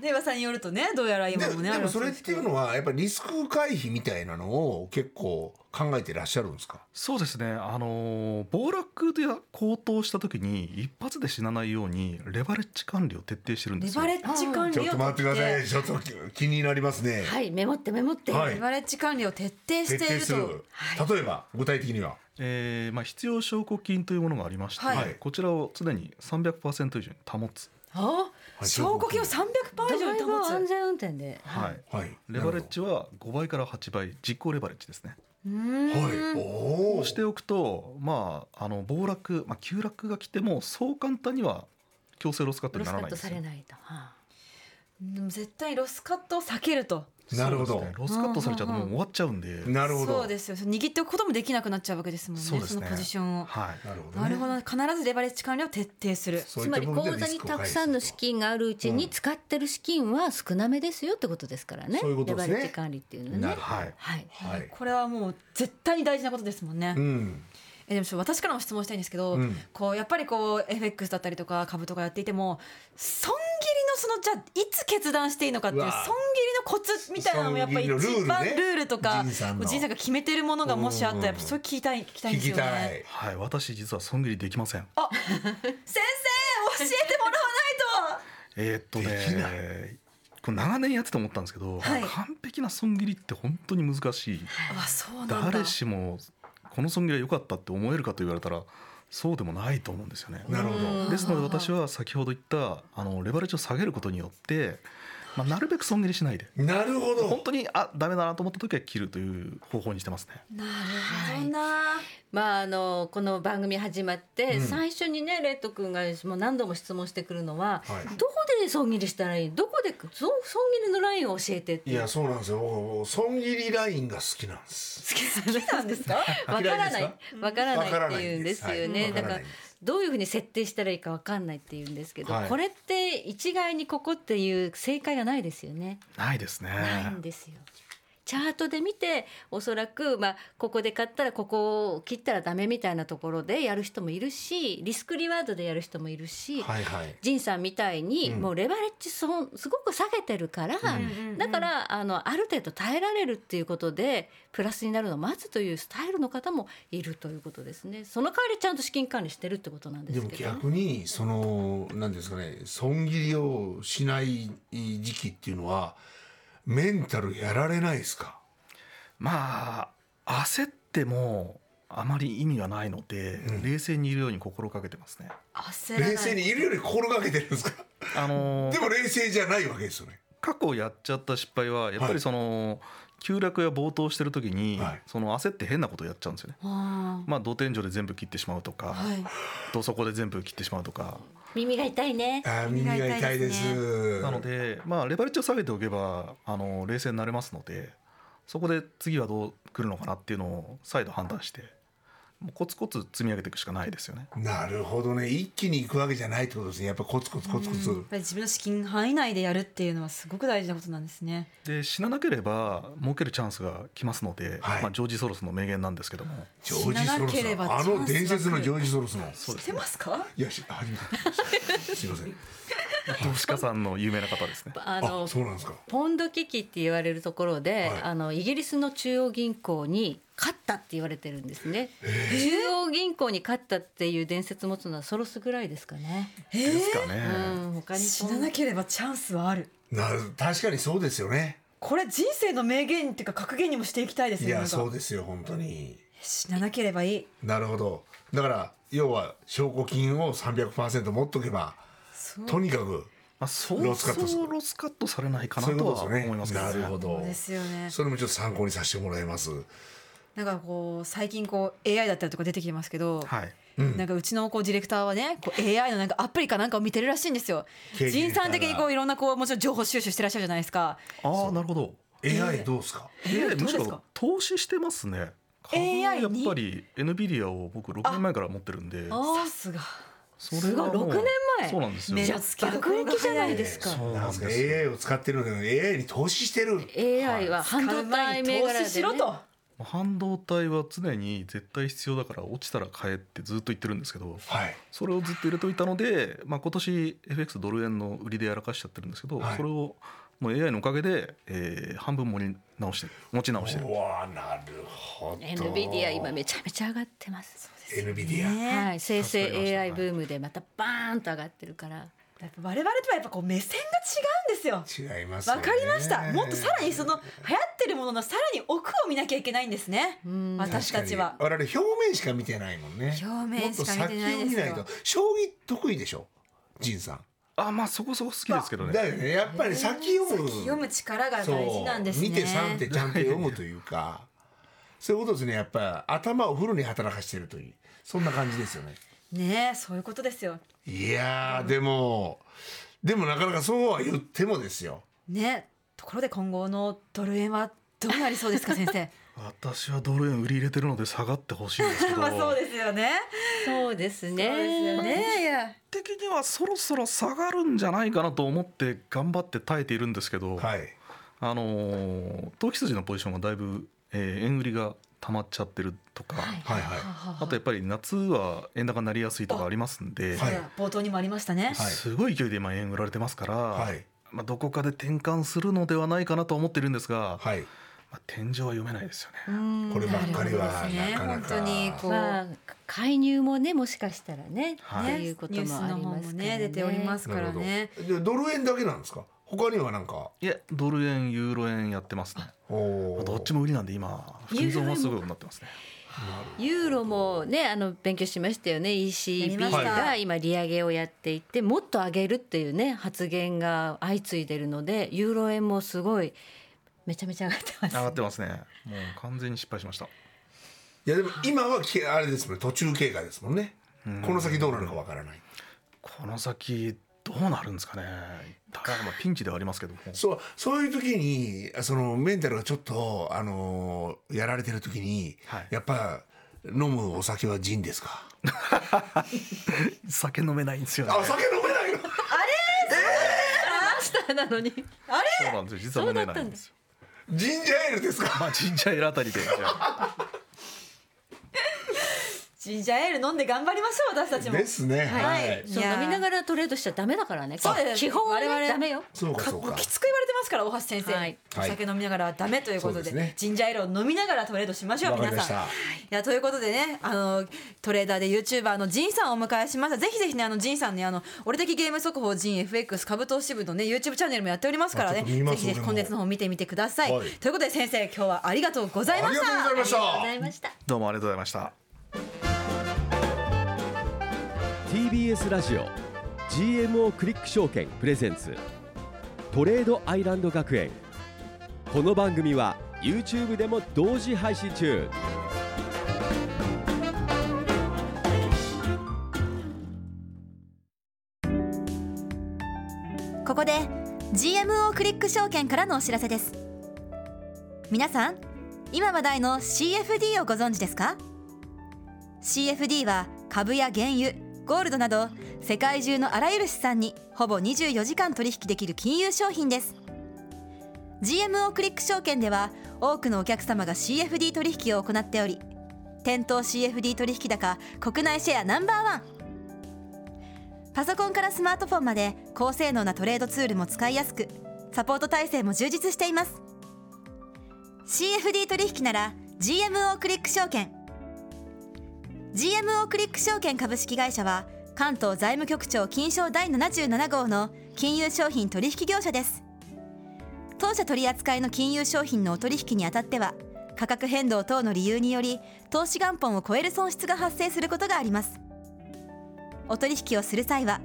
[SPEAKER 3] で噂によるとねどうやら
[SPEAKER 2] で
[SPEAKER 3] 今もね
[SPEAKER 2] で
[SPEAKER 3] ある
[SPEAKER 2] も
[SPEAKER 3] らし
[SPEAKER 2] それっ
[SPEAKER 3] です
[SPEAKER 2] て
[SPEAKER 3] け
[SPEAKER 2] い
[SPEAKER 3] ど
[SPEAKER 2] うのはやっぱりリスク回避みたいなのを結構考えてらっしゃるんですか。
[SPEAKER 5] そうですね。あのー暴落で高騰した時に一発で死なないようにレバレッジ管理を徹底してるんで
[SPEAKER 3] レ
[SPEAKER 5] すよ。
[SPEAKER 3] バレッジ管理を
[SPEAKER 2] ちょっと気になりますね。
[SPEAKER 4] はいメモってメモって、
[SPEAKER 2] はい
[SPEAKER 3] レバレッジ管理を徹底していると。
[SPEAKER 2] 例えば具体的には。
[SPEAKER 5] えーまあ、必要証拠金というものがありまして、
[SPEAKER 3] はい
[SPEAKER 5] こちらを常に300%以上に保つ、
[SPEAKER 3] あ
[SPEAKER 2] はい
[SPEAKER 3] 証拠金を300パー以
[SPEAKER 4] ド
[SPEAKER 3] 上
[SPEAKER 4] ラ
[SPEAKER 3] に
[SPEAKER 4] イバー
[SPEAKER 3] 保
[SPEAKER 4] を安
[SPEAKER 3] つ。
[SPEAKER 4] 全運転で、
[SPEAKER 5] はい、
[SPEAKER 2] はい。
[SPEAKER 5] レバレッジは5倍から8倍実行レバレッジですね
[SPEAKER 2] なるほど。はい。お
[SPEAKER 5] こ
[SPEAKER 2] お
[SPEAKER 5] うし。ておくと、まあ、あの暴落、まあ、急落が来てもそう簡単には強制ロスカット
[SPEAKER 4] ロ
[SPEAKER 5] に
[SPEAKER 4] ス
[SPEAKER 5] な
[SPEAKER 4] カ
[SPEAKER 5] らな
[SPEAKER 4] ッ
[SPEAKER 5] い
[SPEAKER 4] ト
[SPEAKER 5] んです
[SPEAKER 4] さ
[SPEAKER 5] よ
[SPEAKER 4] れないと、は
[SPEAKER 3] でも絶対ロスカットを避けると。
[SPEAKER 2] なるほ
[SPEAKER 5] そ
[SPEAKER 2] ど
[SPEAKER 5] うですね。ロスカットされちゃうともう終わっちゃうんで、
[SPEAKER 2] なるほど。
[SPEAKER 3] そうですよ。握っておくこともできなくなっちゃうわけですもんね。
[SPEAKER 5] そうです
[SPEAKER 3] そ
[SPEAKER 5] ね
[SPEAKER 3] のポジションを。
[SPEAKER 5] はい、
[SPEAKER 2] なるほど、ね。
[SPEAKER 3] なるほど。必ずレバレッジ管理を徹底する。
[SPEAKER 4] あ
[SPEAKER 2] そういっ
[SPEAKER 4] つま
[SPEAKER 2] た
[SPEAKER 4] り
[SPEAKER 2] 部分で
[SPEAKER 4] 口座に
[SPEAKER 2] リスクを
[SPEAKER 4] た
[SPEAKER 2] 回避
[SPEAKER 4] く
[SPEAKER 2] すると
[SPEAKER 4] さんの資金があるうちに使ってる資金は少なめですよってことですからね
[SPEAKER 2] そういうことですね
[SPEAKER 4] レバレッジ管理っていうのはね
[SPEAKER 2] なるほ
[SPEAKER 5] はい、
[SPEAKER 4] はい
[SPEAKER 2] はい。
[SPEAKER 3] これはもう絶対に大事なことですもんね。
[SPEAKER 2] うん。
[SPEAKER 3] えでもちょっと私からも質問したいんですけど、
[SPEAKER 2] うん
[SPEAKER 3] こうやっぱりこう FX だったりとか株とかやっていても損切りのそのじゃあいつ決断していいのかっていう
[SPEAKER 2] う
[SPEAKER 3] 損
[SPEAKER 2] わ
[SPEAKER 3] 切りのコツみたいなのもやっぱり一
[SPEAKER 2] 損切りのルー
[SPEAKER 3] 番
[SPEAKER 2] ル
[SPEAKER 3] ル
[SPEAKER 2] ね
[SPEAKER 3] ールとか
[SPEAKER 2] 仁さんの
[SPEAKER 3] 人生が決めてるものがもしあったらやっぱそれ聞きたい聞きたいん
[SPEAKER 2] 聞
[SPEAKER 3] です
[SPEAKER 2] き
[SPEAKER 3] よ
[SPEAKER 2] たい。
[SPEAKER 3] ね。
[SPEAKER 5] はい、私実は損切りできません
[SPEAKER 3] あ先生教えてもらわ
[SPEAKER 5] えーっとね
[SPEAKER 2] できな
[SPEAKER 5] これ長年やってて思ったんですけど、
[SPEAKER 3] はい
[SPEAKER 5] 完璧な損切りって本当に難しい
[SPEAKER 3] あそうなんだ
[SPEAKER 5] 誰しもこの損切りは良かったって思えるかと言われたらそうでもないと思うんですよね。
[SPEAKER 2] なるほど
[SPEAKER 3] うん
[SPEAKER 5] ですので私は先ほど言ったあのレバレッジを下げることによって、まあ、なるべく損切りしないで
[SPEAKER 2] なるほ
[SPEAKER 5] 本
[SPEAKER 2] ど
[SPEAKER 5] 当にあダメだなと思った時は切るという方法にしてますね。
[SPEAKER 3] なるほどな、
[SPEAKER 4] まああのこの番組始まって、
[SPEAKER 2] うん
[SPEAKER 4] 最初にねレッド君がもう何度も質問してくるのは、
[SPEAKER 2] はい
[SPEAKER 4] どこで損切りしたらいいどこで損損切りのラインを教えてって
[SPEAKER 2] いやそうなんですよ僕損切りラインが好きなんです
[SPEAKER 4] 好きなんですか わからないわからないっていうんですよね、
[SPEAKER 2] わ
[SPEAKER 4] だ
[SPEAKER 2] ら
[SPEAKER 4] か
[SPEAKER 2] ない
[SPEAKER 4] ら
[SPEAKER 2] んです
[SPEAKER 4] どういうふうに設定したらいいかわかんないっていうんですけど、
[SPEAKER 2] はい
[SPEAKER 4] これって一概にここっていう正解がないですよね
[SPEAKER 5] ないですね。
[SPEAKER 4] ないんですよ。チャートで見ておそらく、まあ、ここで買ったらここを切ったらダメみたいなところでやる人もいるしリスクリワードでやる人もいるし、
[SPEAKER 2] はいはい
[SPEAKER 4] ジンさんみたいに、
[SPEAKER 2] うん
[SPEAKER 4] もうレバレッジ損すごく下げてるから、だからあのある程度耐えられるっていうことでプラスになるのを待つというスタイルの方もいるということですねその代わりちゃんと資金管理してるってことなんで
[SPEAKER 2] ですも
[SPEAKER 4] けどね、
[SPEAKER 2] 逆にその何ですかね損切りをしない時期っていうのはメンタルやられないですか
[SPEAKER 5] まあ焦ってもあまり意味がないので、
[SPEAKER 2] うん
[SPEAKER 5] 冷静にいるように心がけてますね。
[SPEAKER 3] 焦らない
[SPEAKER 2] 冷静にいるより心がけてるんですか
[SPEAKER 5] あのー
[SPEAKER 2] でも冷静じゃないわけですよね
[SPEAKER 5] 過去やっちゃった失敗はやっぱりその、急落や暴騰してる時に、
[SPEAKER 2] はい
[SPEAKER 5] その焦って変なことやっちゃうんですよね。
[SPEAKER 4] あー
[SPEAKER 5] まあ、土天井で全部切ってしまうとか、
[SPEAKER 3] はい
[SPEAKER 5] 土底で全部切ってしまうとか、
[SPEAKER 4] 耳が痛いね
[SPEAKER 2] あー耳が痛いです
[SPEAKER 5] なので、まあ、レバレッジを下げておけばあの冷静になれますのでそこで次はどう来るのかなっていうのを再度判断してもうコツコツ積み上げていくしかないですよね。
[SPEAKER 2] なるほどね一気に行くわけじゃないってことですねやっぱコツコツコツコツ、
[SPEAKER 3] やっぱり自分の資金範囲内でやるっていうのはすごく大事なことなんですね。
[SPEAKER 5] で死ななければ儲けるチャンスが来ますので、
[SPEAKER 2] はい
[SPEAKER 5] まあ、ジョージ・ソロスの名言なんですけども
[SPEAKER 2] ジョージ・
[SPEAKER 3] 死な
[SPEAKER 2] ソ
[SPEAKER 3] な
[SPEAKER 2] ロ
[SPEAKER 3] けれ
[SPEAKER 2] ス
[SPEAKER 3] ば
[SPEAKER 2] のあの伝説のジョージ・ソロスの
[SPEAKER 5] そう
[SPEAKER 3] 知
[SPEAKER 5] で
[SPEAKER 3] っ
[SPEAKER 5] す
[SPEAKER 3] て
[SPEAKER 5] ね
[SPEAKER 3] ますか？
[SPEAKER 2] いやし初めて聞きましたすいません
[SPEAKER 5] 投資家さんの有名な 方ですね。
[SPEAKER 2] あ
[SPEAKER 4] あの
[SPEAKER 2] そうなんですか
[SPEAKER 4] ポンド危機って言われるところ
[SPEAKER 2] は
[SPEAKER 4] で、
[SPEAKER 2] い
[SPEAKER 4] あのイギリスの中央銀行に勝ったって言われてるんですね。中央銀行に勝ったっていう伝説持つのはソロスぐらいですかね。
[SPEAKER 3] え
[SPEAKER 5] ですかね。
[SPEAKER 4] うん、他に
[SPEAKER 3] 死
[SPEAKER 4] そん
[SPEAKER 3] ななければチャンスはある。
[SPEAKER 2] な確かにそうですよね
[SPEAKER 3] これ人生の名言っていうか格言にもしていきたいです
[SPEAKER 2] い
[SPEAKER 3] ね。なん
[SPEAKER 2] や
[SPEAKER 3] か
[SPEAKER 2] そうですよ本当に
[SPEAKER 3] 死ななければいい。
[SPEAKER 2] なるほどだから要は証拠金を300%持っとけば
[SPEAKER 3] そう
[SPEAKER 2] とにかく
[SPEAKER 5] まあ、そう
[SPEAKER 2] ロスカットする
[SPEAKER 5] そうロスカットされないかな
[SPEAKER 2] そういう
[SPEAKER 5] と
[SPEAKER 2] こ
[SPEAKER 5] は
[SPEAKER 2] と
[SPEAKER 5] 思
[SPEAKER 2] ですよね
[SPEAKER 5] いますけど
[SPEAKER 2] な
[SPEAKER 5] ね
[SPEAKER 2] るほど
[SPEAKER 3] ですよね。
[SPEAKER 2] それもちょっと参考にさせてもらいます
[SPEAKER 3] なんかこう最近こう AI だったりとか出てきますけど。
[SPEAKER 5] はい。
[SPEAKER 2] うん
[SPEAKER 3] なんかうちのこうディレクターはねこう AI のなんかアプリかなんかを見てるらしいんですよ
[SPEAKER 2] 経営ディレ
[SPEAKER 3] 人
[SPEAKER 2] クターが
[SPEAKER 3] 産的にこういろんなこうもちろん情報収集してらっしゃるじゃないですか
[SPEAKER 5] ああ、なるほど。
[SPEAKER 2] AI どうですか
[SPEAKER 3] えーど
[SPEAKER 5] AI
[SPEAKER 3] う
[SPEAKER 5] む
[SPEAKER 3] です
[SPEAKER 5] し
[SPEAKER 3] か
[SPEAKER 5] ろ投資してますね。株
[SPEAKER 3] AI
[SPEAKER 5] やっ
[SPEAKER 3] に
[SPEAKER 5] ぱり NVIDIA を僕6年前から持ってるんで、
[SPEAKER 4] あ
[SPEAKER 3] さすが
[SPEAKER 5] それはもう
[SPEAKER 4] すごい6年前
[SPEAKER 5] そうなんですよ。
[SPEAKER 3] 目
[SPEAKER 5] い
[SPEAKER 3] が
[SPEAKER 5] や
[SPEAKER 3] つけどころ
[SPEAKER 4] 学
[SPEAKER 3] が
[SPEAKER 4] 歴じゃない
[SPEAKER 3] 早
[SPEAKER 4] ですか
[SPEAKER 2] そうなんですか
[SPEAKER 5] そうなんですよ
[SPEAKER 2] AI を使ってるのに AI に投資してる
[SPEAKER 4] AI は半導体銘柄で、ね、
[SPEAKER 3] 投資しろと
[SPEAKER 5] 半導体は常に絶対必要だから落ちたら買えってずっと言ってるんですけど、
[SPEAKER 2] はい
[SPEAKER 5] それをずっと入れといたので、まあ今年 FX ドル円の売りでやらかしちゃってるんですけど、
[SPEAKER 2] はい
[SPEAKER 5] それをもう AI のおかげで、えー半分盛り直してる持ち直してる
[SPEAKER 2] う。わーなるほど
[SPEAKER 4] NVIDIA 今めちゃめちゃ上がってます。
[SPEAKER 2] NVIDIA
[SPEAKER 3] ね
[SPEAKER 4] はい、生成
[SPEAKER 5] 助かりました
[SPEAKER 4] AI ブームでまたバーンと上がってるから。
[SPEAKER 3] やっぱ我々とはやっぱこう目線が違うんですよ
[SPEAKER 2] 違いますよ
[SPEAKER 3] わ
[SPEAKER 2] ね
[SPEAKER 3] かりましたもっとさらにその流行ってるもののさらに奥を見なきゃいけないんですね
[SPEAKER 4] ん
[SPEAKER 3] 私たちは
[SPEAKER 2] 確かに我々表面しか見てないもんね
[SPEAKER 3] 表面しか見てないですよ
[SPEAKER 2] もっと先を見ないと将棋得意でしょ仁さん
[SPEAKER 5] あ、まあそこそこ好きですけどね。
[SPEAKER 2] だよねやっぱり先読む
[SPEAKER 3] 読む力が大事なんですね
[SPEAKER 2] そう見て3手ちゃんと読むというかそういうことですねやっぱ頭をフルに働かしてるというそんな感じですよね
[SPEAKER 3] ねえそういうことですよ
[SPEAKER 2] いやーでもでもなかなかそうは言ってもですよ
[SPEAKER 3] ねところで今後のドル円はどうなりそうですか先生
[SPEAKER 5] 私はドル円売り入れてるので下がってほしいんですけど
[SPEAKER 3] まあそうですよね
[SPEAKER 4] そうですね。
[SPEAKER 3] そうですよねいや
[SPEAKER 5] 的にはそろそろ下がるんじゃないかなと思って頑張って耐えているんですけど、
[SPEAKER 2] はい
[SPEAKER 5] あのー投機筋のポジションがだいぶ、えー円売りが溜まっちゃってるとか、
[SPEAKER 2] はいはい
[SPEAKER 5] あとやっぱり夏は円高になりやすいとかありますんで、
[SPEAKER 2] はい
[SPEAKER 3] 冒頭にもありました
[SPEAKER 2] は
[SPEAKER 3] ね、
[SPEAKER 2] い
[SPEAKER 5] すごい勢いで今円売られてますから、
[SPEAKER 2] はい
[SPEAKER 5] まあ、どこかで転換するのではないかなと思ってるんですが、
[SPEAKER 2] はい
[SPEAKER 5] まあ、天井は読めないですよね。
[SPEAKER 2] こればっかりは
[SPEAKER 3] なるほどですね
[SPEAKER 2] なかなか
[SPEAKER 3] 本当にこう、
[SPEAKER 4] まあ介入もねもしかしたらね、
[SPEAKER 5] はい
[SPEAKER 4] っていうこともありますからね
[SPEAKER 3] ニュースの方もね出ておりますからね。
[SPEAKER 2] なるほどでドル円だけなんですか他にはなんか
[SPEAKER 5] いやドル円ユーロ円やってますね。
[SPEAKER 2] お
[SPEAKER 5] まあ
[SPEAKER 2] ー
[SPEAKER 5] どっちも売りなんで今金損はすごくなってますね。
[SPEAKER 4] ユーロもねあの勉強しましたよね
[SPEAKER 3] やりまし
[SPEAKER 4] ECB
[SPEAKER 3] た
[SPEAKER 4] が今利上げをやっていてもっと上げるっていうね発言が相次いでるのでユーロ円もすごいめちゃめちゃ上がってま
[SPEAKER 5] 上
[SPEAKER 4] す。
[SPEAKER 5] がってますね。もう完全に失敗しました。
[SPEAKER 2] いやでも今はきあれですもんね途中経過ですもんね
[SPEAKER 5] ん
[SPEAKER 2] この先どうなるかわからない
[SPEAKER 5] この先どうなるんですかね。ただまあピンチではありますけども。
[SPEAKER 2] そうそういう時にそのメンタルがちょっとあのーやられてる時に、
[SPEAKER 5] はい
[SPEAKER 2] やっぱ飲むお酒はジンですか
[SPEAKER 5] 酒飲めないんですよね。
[SPEAKER 2] あ酒飲めないの
[SPEAKER 4] 明日なのに
[SPEAKER 5] そうなんですよ。実は飲めないんですよ。
[SPEAKER 2] ジンジャーエールですか
[SPEAKER 5] まあジンジャーエールあたりで。じゃ あ
[SPEAKER 3] ジンジャーエール飲んで頑張りましょう私たちも。
[SPEAKER 2] ですねは、
[SPEAKER 3] はいい
[SPEAKER 4] そう
[SPEAKER 3] いやー
[SPEAKER 4] 飲みながらトレードしちゃダメだからね
[SPEAKER 3] そうです
[SPEAKER 4] 基本は、ね、
[SPEAKER 3] 我々
[SPEAKER 4] ダメよ
[SPEAKER 2] そうか
[SPEAKER 3] か
[SPEAKER 2] そうか
[SPEAKER 3] きつく言われてますから大橋先生、
[SPEAKER 4] はい
[SPEAKER 3] お酒飲みながらはダメということ
[SPEAKER 2] そうで
[SPEAKER 3] で,、
[SPEAKER 2] すね
[SPEAKER 3] ジンジャーエールを飲みながらトレードしましょう
[SPEAKER 2] わかり
[SPEAKER 3] 皆
[SPEAKER 2] ました
[SPEAKER 3] さん。いやということでねあのトレーダーで YouTuber のジンさんをお迎えしましたぜひぜひねあのジンさんねあの俺的ゲーム速報ジン FX 株投資部のね YouTube チャンネルもやっておりますから
[SPEAKER 2] あち
[SPEAKER 3] ね
[SPEAKER 2] ょっと見ま
[SPEAKER 3] ぜ
[SPEAKER 2] す
[SPEAKER 3] ひぜひ
[SPEAKER 2] 俺も
[SPEAKER 3] 今月の方見てみてください、
[SPEAKER 2] はい
[SPEAKER 3] ということで先生今日はありがとうござい
[SPEAKER 2] あ
[SPEAKER 3] ま
[SPEAKER 2] り
[SPEAKER 3] し
[SPEAKER 2] がとう
[SPEAKER 3] た
[SPEAKER 2] ございまし
[SPEAKER 4] ありがとうご
[SPEAKER 2] た
[SPEAKER 4] ざいました
[SPEAKER 5] どうもありがとうございました。
[SPEAKER 1] TBS ラジオ GMO クリック証券プレゼンツトレードアイランド学園この番組は YouTube でも同時配信中
[SPEAKER 3] ここで GMO クリック証券からのお知らせです皆さん今話題の CFD をご存知ですか CFD は株や原油ゴールドなど世界中のあらゆる資産にほぼ24時間取引できる金融商品です GMO クリック証券では多くのお客様が CFD 取引を行っており店頭 CFD 取引高国内シェアナンバーワンパソコンからスマートフォンまで高性能なトレードツールも使いやすくサポート体制も充実しています CFD 取引なら GMO クリック証券 GMO クリック証券株式会社は関東財務局長金賞第77号の金融商品取引業者です当社取扱いの金融商品のお取引にあたっては価格変動等の理由により投資元本を超える損失が発生することがありますお取引をする際は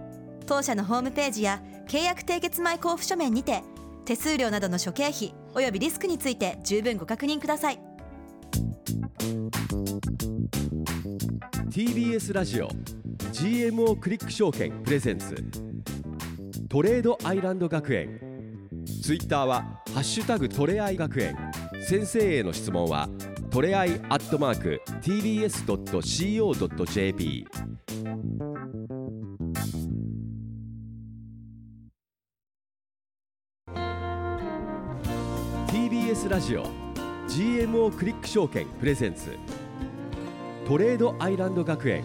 [SPEAKER 3] 当社のホームページや契約締結前交付書面にて手数料などの諸経費およびリスクについて十分ご確認ください
[SPEAKER 1] TBS ラジオ GMO クリック証券プレゼンツトレードアイランド学園ツイッターは「ハッシュタグトレアイ学園」先生への質問はトレアイアットマーク TBS.CO.JP TBS ラジオ GMO クリック証券プレゼンツトレードアイランド学園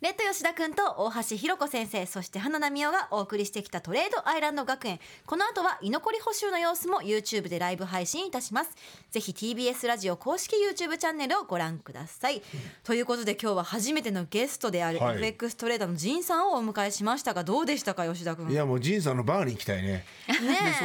[SPEAKER 3] レッド吉田君と大橋ひろ子先生そして花奈美桜がお送りしてきたトレードアイランド学園この後は居残り補修の様子も YouTube でライブ配信いたしますぜひ TBS ラジオ公式 YouTube チャンネルをご覧くださいということで今日は初めてのゲストである
[SPEAKER 2] はい
[SPEAKER 3] FX トレーダーの仁さんをお迎えしましたがどうでしたか吉田君
[SPEAKER 2] いやもうジンさんのバーに行きたいねで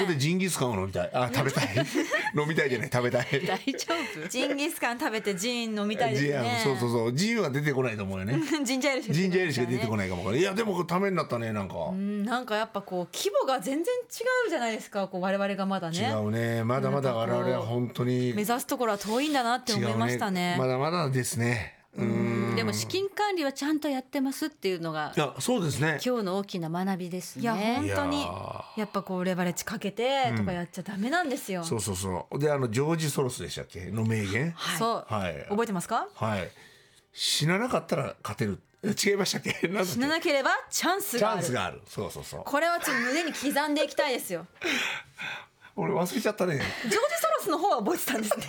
[SPEAKER 2] そこでジンギスカンを飲みたいあ食べたい 飲みたいじゃない食べたい
[SPEAKER 4] 大丈夫
[SPEAKER 3] ジンギスカン食べてジン飲みたいです
[SPEAKER 2] ジン
[SPEAKER 3] ね。
[SPEAKER 2] そうそうそうジンは出てこないと思うよね
[SPEAKER 3] ジンジャーエールしか出てこな
[SPEAKER 2] ジ
[SPEAKER 3] い、
[SPEAKER 2] ンジャーエールしか出てこないかもわからないいやでもこれためになったねなんか
[SPEAKER 3] うんなんかやっぱこう規模が全然違うじゃないですか。こう我々がまだ
[SPEAKER 2] 違
[SPEAKER 3] ね
[SPEAKER 2] うねまだまだ我々は本当に
[SPEAKER 3] 目
[SPEAKER 2] 違
[SPEAKER 3] 指すところは遠いんだなって思いうましたね。
[SPEAKER 2] まだまだですねうん
[SPEAKER 4] でも資金管理はちゃんとやってますっていうのが
[SPEAKER 2] いやそうですね
[SPEAKER 4] 今日の大きな学びですね
[SPEAKER 3] いや本当
[SPEAKER 2] い
[SPEAKER 3] に
[SPEAKER 2] や
[SPEAKER 3] やっぱこうレバレッジかけてとかやっちゃダメなんですよ。
[SPEAKER 2] そうそうそうであのジョージ・ソロスでしたっけの名言
[SPEAKER 3] はい
[SPEAKER 2] はい
[SPEAKER 3] 覚えてますか？
[SPEAKER 2] はい死ななかったら勝てる違いましたっけ なんだっけ
[SPEAKER 3] 死ななければチャンス
[SPEAKER 2] チ
[SPEAKER 3] があ
[SPEAKER 2] ャ
[SPEAKER 3] る。
[SPEAKER 2] ンスがあるそうそうそう
[SPEAKER 3] これはちょっと胸に刻んでいきたいですよ。
[SPEAKER 2] 俺忘れちゃったね
[SPEAKER 3] ジョージ・ソロスの方は覚えてたんですね。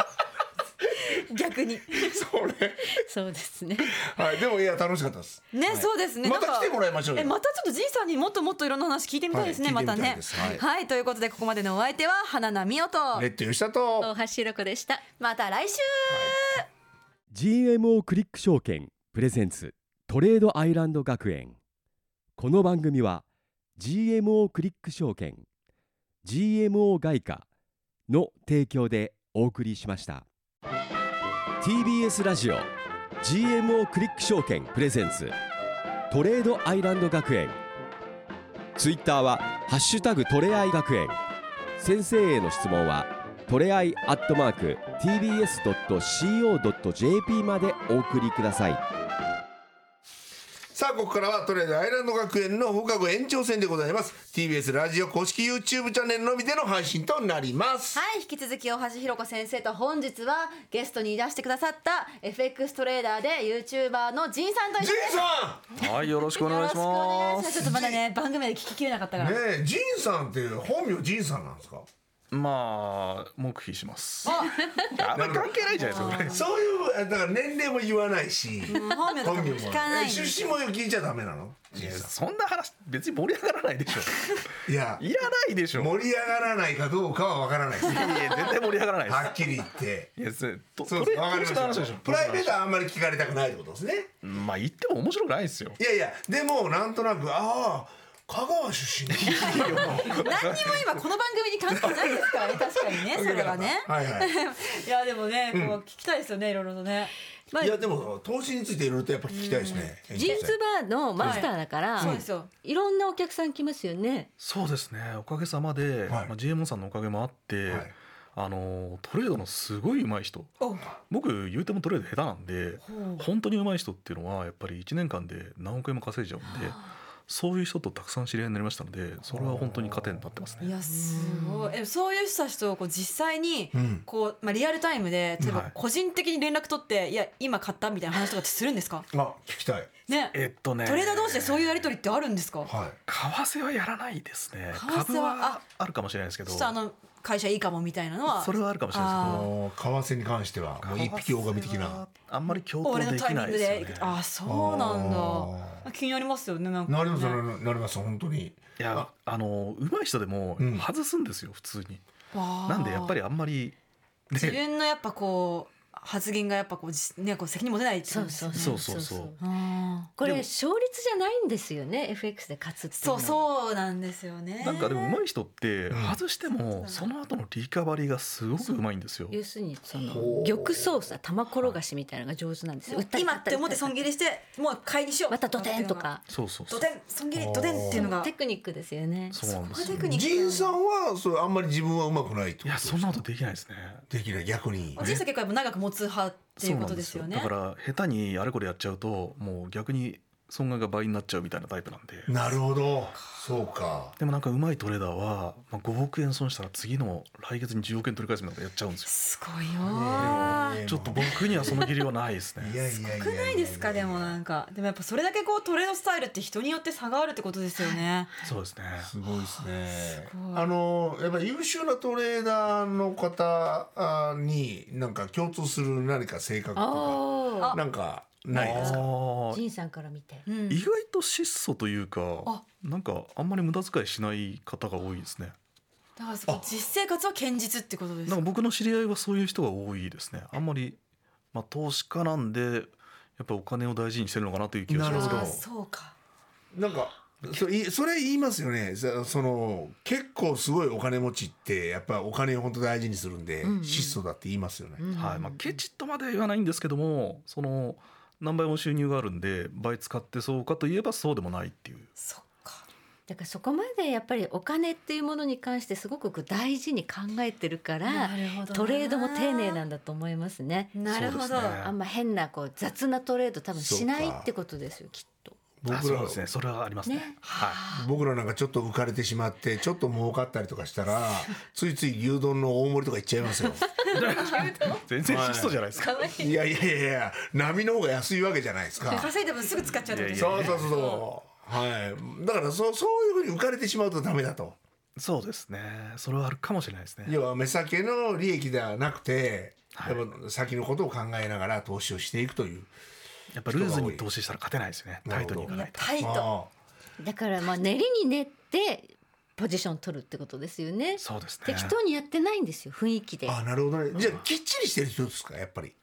[SPEAKER 3] 逆に
[SPEAKER 2] それ
[SPEAKER 4] そうですね。
[SPEAKER 2] はいでもいや楽しかったです
[SPEAKER 3] ね、そうですね
[SPEAKER 2] また
[SPEAKER 3] なんか
[SPEAKER 2] 来てもらいましょうよ
[SPEAKER 3] えまたちょっとじいさんにもっともっといろんな話聞いてみたいですね、
[SPEAKER 2] はい
[SPEAKER 3] また
[SPEAKER 2] 聞いてみたい
[SPEAKER 3] ね
[SPEAKER 2] ですはい
[SPEAKER 3] はい、ということでここまでのお相手は花奈美音
[SPEAKER 2] レ
[SPEAKER 3] と
[SPEAKER 2] ッド吉田と
[SPEAKER 4] 大橋ひろ子でした。
[SPEAKER 3] また来週
[SPEAKER 1] GMO クリック証券プレゼンツトレードアイランド学園この番組は GMO クリック証券 GMO 外貨の提供でお送りしました TBS ラジオ GMO クリック証券プレゼンツトレードアイランド学園ツイッターは「ハッシュタグトレアイ学園」先生への質問はトレアイアットマーク TBS.CO.JP までお送りください
[SPEAKER 2] さあここからはトレードアイランド学園の放課後延長戦でございます TBS ラジオ公式 YouTube チャンネルのみでの配信となります、
[SPEAKER 3] はい引き続き大橋ひろ子先生と本日はゲストにいらしてくださった FX トレーダーで YouTuber のジンさんと一緒
[SPEAKER 2] ジ
[SPEAKER 3] で
[SPEAKER 2] ンさ
[SPEAKER 5] はいよろしくお
[SPEAKER 3] よろし
[SPEAKER 5] 願いし
[SPEAKER 3] くお願い
[SPEAKER 5] ま
[SPEAKER 3] します
[SPEAKER 5] す
[SPEAKER 3] ちょっとまだね番組で聞ききれなかったから、
[SPEAKER 2] んねえジンさんって本名ジンさんなんですか
[SPEAKER 5] まあ黙秘しますあんまり関係ないじゃないですかこれ
[SPEAKER 2] そういうあだから年齢も言わないし
[SPEAKER 3] うん本名とかも聞かない
[SPEAKER 2] え出身も聞いちゃダメなのジンさ
[SPEAKER 5] そんな話別に盛り上がらないで しょ
[SPEAKER 2] んいや
[SPEAKER 5] いらないでしょい
[SPEAKER 2] 盛り上がらないかどうかは分からないです
[SPEAKER 5] やいや絶対盛り上がらないです
[SPEAKER 2] はっきり言って
[SPEAKER 5] いやそれと
[SPEAKER 2] そう
[SPEAKER 5] そ
[SPEAKER 2] です
[SPEAKER 5] れ
[SPEAKER 2] 分かりま
[SPEAKER 5] 投資の話
[SPEAKER 2] し
[SPEAKER 5] でしょ
[SPEAKER 2] たプライベートはあんまり聞かれたくないってことですね
[SPEAKER 5] うんまあ言っても面白くないですよ
[SPEAKER 2] いやいやでもなんとなくああ香川出身
[SPEAKER 3] 何にも今この番組に関係ないですからね確かにねそれはね
[SPEAKER 2] はいはい
[SPEAKER 3] いやでもね、こう聞きたいですよねいろいろとね、まあ
[SPEAKER 2] いやでも投資についていろいろとやっぱ聞きたいですね。
[SPEAKER 4] ジーンズバーのマスターだから、
[SPEAKER 3] そうですよ
[SPEAKER 4] いろんなお客さん来ますよね。
[SPEAKER 5] そうですねおかげさまで、
[SPEAKER 2] はい
[SPEAKER 5] まあ、GMO さんのおかげもあって、
[SPEAKER 2] はい
[SPEAKER 5] あのトレードのすごい上手い人僕言うてもトレード下手なんで本当に上手い人っていうのはやっぱり1年間で何億円も稼いじゃうんでそういう人とたくさん知り合いになりましたのでそれは本当に糧になってます
[SPEAKER 3] い
[SPEAKER 5] ね。
[SPEAKER 3] やすごいえそういう人たちとこう実際に
[SPEAKER 2] ん
[SPEAKER 3] こう、まあ、リアルタイムで例え
[SPEAKER 5] は
[SPEAKER 3] ば
[SPEAKER 5] い
[SPEAKER 3] 個人的に連絡取って「いや今買った」みたいな話とかってするんですか
[SPEAKER 2] あ聞きたい。
[SPEAKER 3] ね
[SPEAKER 5] えっとね
[SPEAKER 3] トレーダー同士でそういうやり取りってあるんですか
[SPEAKER 2] はい。
[SPEAKER 5] 為替はやらないですね
[SPEAKER 3] 為替は
[SPEAKER 5] 株はあるかもしれないですけど
[SPEAKER 3] ちょっとあの会社いいかもみたいなのは
[SPEAKER 5] それはあるかもしれないですけ
[SPEAKER 2] あ
[SPEAKER 5] ど
[SPEAKER 2] の為替に関してはもう一匹狼的な。。
[SPEAKER 5] あんまり共
[SPEAKER 3] 俺
[SPEAKER 5] 闘
[SPEAKER 3] の
[SPEAKER 5] で
[SPEAKER 3] タイ
[SPEAKER 5] き
[SPEAKER 3] ミ
[SPEAKER 5] な
[SPEAKER 3] ン
[SPEAKER 5] い
[SPEAKER 3] グ
[SPEAKER 5] ですよ
[SPEAKER 3] で
[SPEAKER 5] ね。
[SPEAKER 3] あそうなん
[SPEAKER 2] あ
[SPEAKER 3] だ気になりますよねなんかね
[SPEAKER 2] なりますなりますなります本当に。
[SPEAKER 5] いやあの上手い人でも
[SPEAKER 2] うん
[SPEAKER 5] 外すんですよ、普通に。
[SPEAKER 3] わあ
[SPEAKER 5] なんでやっぱりあんまり、
[SPEAKER 3] 自分のやっぱこう発言がやっぱこうじ ねこう責任持てないってことですよね
[SPEAKER 5] そうそうそう。
[SPEAKER 3] あー
[SPEAKER 4] こ
[SPEAKER 5] で
[SPEAKER 4] れ
[SPEAKER 5] も
[SPEAKER 4] 勝率じゃないんですよね。FX で勝つっていうの
[SPEAKER 3] そう
[SPEAKER 4] は
[SPEAKER 3] そうなんですよね
[SPEAKER 5] なんかでも上手い人って
[SPEAKER 2] ん
[SPEAKER 5] 外してもその後のリカバリーがすごく上手いんですよ。
[SPEAKER 4] 要するにそ
[SPEAKER 2] ほ
[SPEAKER 4] の
[SPEAKER 2] う
[SPEAKER 4] 玉操作玉転がしみたいなのが上手なんですよ。打たり
[SPEAKER 3] 今って思って
[SPEAKER 4] 打たり
[SPEAKER 3] 損切りしてもう買いにしよう
[SPEAKER 4] またドテンとか
[SPEAKER 5] そうそう
[SPEAKER 3] ド
[SPEAKER 5] そう
[SPEAKER 3] テ。ン損切りドテンっていうのが
[SPEAKER 4] テクニックですよね。
[SPEAKER 5] そうなんです
[SPEAKER 3] そこ
[SPEAKER 5] よ
[SPEAKER 3] がテ。クニック
[SPEAKER 2] ジンさんはそうあんまり自分はうまくないってこと
[SPEAKER 5] いや
[SPEAKER 2] ですか
[SPEAKER 5] そんなことできないですね。
[SPEAKER 2] できない逆に。
[SPEAKER 3] 人生結構やっぱ長く持つ派っていうことですよね
[SPEAKER 5] だから下手にあれこれやっちゃうともう逆に損害が倍になっちゃうみたいなタイプなんで。
[SPEAKER 2] なるほど。そうか。
[SPEAKER 5] でもなんか上手いトレーダーは、まあ、5億円損したら次の来月に10億円取り返すみたいなことやっちゃうんですよ。
[SPEAKER 3] すごいよー
[SPEAKER 2] ね
[SPEAKER 5] ちょっと僕にはその義理はないです
[SPEAKER 2] い
[SPEAKER 5] ね。
[SPEAKER 2] やいやいやや
[SPEAKER 3] 少ないですかでも
[SPEAKER 2] な。
[SPEAKER 3] なんかでもやっぱそれだけこうトレードスタイルって人によって差があるってことですよね
[SPEAKER 5] そうですね。
[SPEAKER 2] すごいですね
[SPEAKER 3] ごい。
[SPEAKER 2] あのやっぱ優秀なトレーダーの方あになんか共通する何か性格とか
[SPEAKER 4] あ
[SPEAKER 2] なんかないです
[SPEAKER 5] あ
[SPEAKER 2] か。
[SPEAKER 4] あ。
[SPEAKER 5] ー
[SPEAKER 4] ジンさんから見て。
[SPEAKER 3] うん
[SPEAKER 5] 意外と質素というか、なんかあんまり無駄遣いしない方が多いですね。
[SPEAKER 3] だからそこ実生活は堅実ってことです
[SPEAKER 5] なんか僕の知り合いはそういう人が多いですね。あんまり、まあ、投資家なんで、やっぱりお金を大事にしてるのかなという気がしますけ
[SPEAKER 2] なるほ
[SPEAKER 3] あ
[SPEAKER 5] ど
[SPEAKER 2] ど。
[SPEAKER 3] そうか
[SPEAKER 2] なんかそいそれ言いますよね。そその結構すごいお金持ちってやっぱお金を本当大事にするんで、質素だって言いますよね。
[SPEAKER 5] はい、まあ、ケチとまでは言わないんですけども、その。何倍も収入があるんで倍使ってそうかといえばそうでもないっていう
[SPEAKER 3] そっか
[SPEAKER 4] だからそこまでやっぱりお金っていうものに関してすごくこう大事に考えてるから
[SPEAKER 3] なるほどな
[SPEAKER 4] トレードも丁寧なんだと思いますね。
[SPEAKER 3] なるほ
[SPEAKER 5] そ
[SPEAKER 3] ど
[SPEAKER 5] うですね
[SPEAKER 4] あんま変なこう雑なトレード多分しないってことですよきっと。
[SPEAKER 5] あ
[SPEAKER 2] 僕
[SPEAKER 5] そう
[SPEAKER 2] ら
[SPEAKER 5] ですねそれはありますね
[SPEAKER 4] ね
[SPEAKER 5] はい
[SPEAKER 2] 僕らなんかちょっと浮かれてしまってちょっと儲かったりとかしたらついつい牛丼の大盛りとかいっちゃい ますよ。
[SPEAKER 5] 全然質素じゃないですか、
[SPEAKER 2] いやいやいやいや波の方が安いわけじゃないです か。
[SPEAKER 3] 稼いだ分すぐ使っちゃうってことですよね
[SPEAKER 2] そうそうそうそう。はい。だからそそういうふうに浮かれてしまうとダメだと。
[SPEAKER 5] そうですねそれはあるかもしれないですね
[SPEAKER 2] 要は目先の利益ではなくて、
[SPEAKER 5] はい
[SPEAKER 2] やっぱ先のことを考えながら投資をしていくという
[SPEAKER 5] やっぱルーズに投資したら勝てないですね
[SPEAKER 2] な
[SPEAKER 5] タ
[SPEAKER 2] る
[SPEAKER 5] イ
[SPEAKER 2] ほ
[SPEAKER 5] ト
[SPEAKER 2] ど
[SPEAKER 5] に
[SPEAKER 3] い
[SPEAKER 5] いかな
[SPEAKER 3] や
[SPEAKER 5] いと
[SPEAKER 3] タイト
[SPEAKER 2] あ
[SPEAKER 4] だからまあ練りに練ってポジション取るってことですよね
[SPEAKER 5] そうですね
[SPEAKER 4] 適当にやってないんですよ雰囲気で
[SPEAKER 2] ああなるほどねじゃあきっちりしてる人ですかやっぱり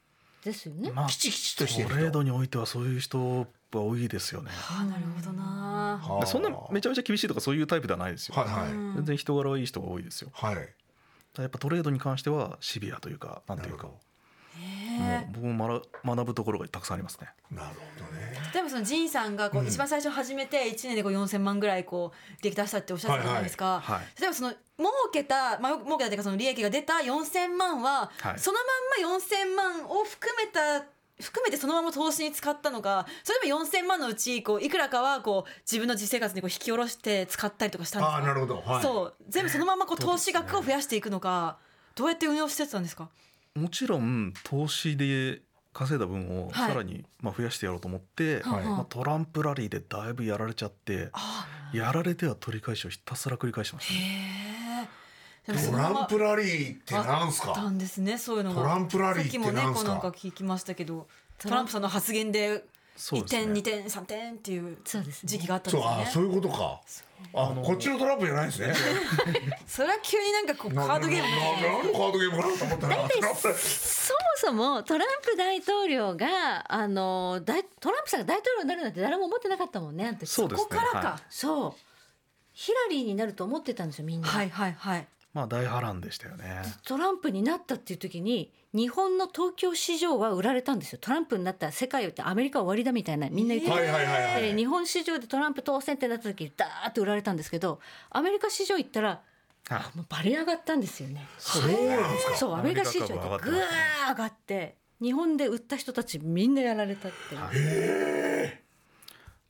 [SPEAKER 4] ですよね
[SPEAKER 5] まあ
[SPEAKER 2] きちきち
[SPEAKER 5] ト
[SPEAKER 2] としてる人
[SPEAKER 5] レードにおいてはそういう人は多いですよね
[SPEAKER 3] あーなるほどな
[SPEAKER 2] はあ
[SPEAKER 5] そんなめちゃめちゃ厳しいとかそういうタイプではないですよ、
[SPEAKER 2] はいは
[SPEAKER 3] う
[SPEAKER 2] い
[SPEAKER 3] ん
[SPEAKER 5] 全然人柄はいい人が多いですよ
[SPEAKER 2] はい
[SPEAKER 5] ただやっぱトレードに関してはシビアというかなんていうか
[SPEAKER 2] なるほ
[SPEAKER 5] もう
[SPEAKER 3] ね
[SPEAKER 5] 僕も学学ぶところがたくさんありますね
[SPEAKER 2] なるほどね
[SPEAKER 3] え例えばその仁さんがこう
[SPEAKER 2] うん
[SPEAKER 3] 一番最初始めて1年でこう4000万ぐらいこう激出したっておっしゃってたじゃないですか、
[SPEAKER 5] はいはいはい
[SPEAKER 3] 例えばその儲けた、まあ、儲けたというかその利益が出た4000万は、
[SPEAKER 5] はい
[SPEAKER 3] そのまんま4000万を含めた含めてそのまま投資に使ったのかそれでも4000万のうちこういくらかはこう自分の実生活にこう引き下ろして使ったりとかしたんです
[SPEAKER 2] あ
[SPEAKER 3] か
[SPEAKER 2] あなるほどはい
[SPEAKER 3] そう全部そのままこう
[SPEAKER 5] そう
[SPEAKER 3] 投
[SPEAKER 5] です
[SPEAKER 3] 資
[SPEAKER 5] ね
[SPEAKER 3] 額を増やしていくのかどうやって運用してたんですか
[SPEAKER 5] もちろん投資で稼いだ分を
[SPEAKER 3] はい
[SPEAKER 5] さらにまあ増やしてやろうと思って、
[SPEAKER 2] はい
[SPEAKER 5] まあ、トランプラリーでだいぶやられちゃって
[SPEAKER 3] あ
[SPEAKER 5] やられては取り返しをひたすら繰り返してました
[SPEAKER 3] へ
[SPEAKER 5] ね
[SPEAKER 3] え
[SPEAKER 2] トランプラリーってなんす
[SPEAKER 3] あった
[SPEAKER 2] か
[SPEAKER 3] んですねそういうのが
[SPEAKER 2] トランプラリーっ
[SPEAKER 3] さってきもね
[SPEAKER 2] なん
[SPEAKER 3] こ
[SPEAKER 2] す
[SPEAKER 3] うな
[SPEAKER 2] か
[SPEAKER 3] んか聞きましたけどトランプさんの発言で
[SPEAKER 5] そう
[SPEAKER 3] 1
[SPEAKER 5] ですね
[SPEAKER 3] 点2点3点っていう
[SPEAKER 4] そうですね
[SPEAKER 3] 時期があったん
[SPEAKER 2] そうああ
[SPEAKER 3] です
[SPEAKER 2] そ
[SPEAKER 3] ね
[SPEAKER 2] ういうことかあこっちのトランプじゃないですね
[SPEAKER 3] それは急になんかこうカ
[SPEAKER 2] な
[SPEAKER 3] ードゲームみ
[SPEAKER 2] な
[SPEAKER 3] たい
[SPEAKER 2] な
[SPEAKER 3] な
[SPEAKER 2] なんでカードゲームかなと思ったらトランプ
[SPEAKER 4] そもそもトランプ大統領があの大トランプさんが大統領になるなんて誰も思ってなかったもんねあの時
[SPEAKER 5] そうで
[SPEAKER 3] こ
[SPEAKER 5] す
[SPEAKER 3] こ
[SPEAKER 5] ね
[SPEAKER 3] から
[SPEAKER 5] はい
[SPEAKER 3] か
[SPEAKER 4] そうヒラリーになると思ってたんですよみんな、
[SPEAKER 3] はいはいはい
[SPEAKER 5] まあ大波乱でしたよね
[SPEAKER 4] トランプになったっていう時に日本の東京市場は売られたんですよトランプになったら世界ってアメリカは終わりだみたいなみんな言ってた
[SPEAKER 2] はいはいはいはい
[SPEAKER 4] で日本市場でトランプ当選ってなった時ダーッと売られたんですけどアメリカ市場行ったら
[SPEAKER 5] あ
[SPEAKER 4] もうバレ上がったんですよね
[SPEAKER 2] そうなんですか
[SPEAKER 4] そうアメリカ市場で
[SPEAKER 5] アメリカ株上
[SPEAKER 4] ぐわ
[SPEAKER 5] がってましたね
[SPEAKER 4] ー上がって日本で売った人たちみんなやられたっていう、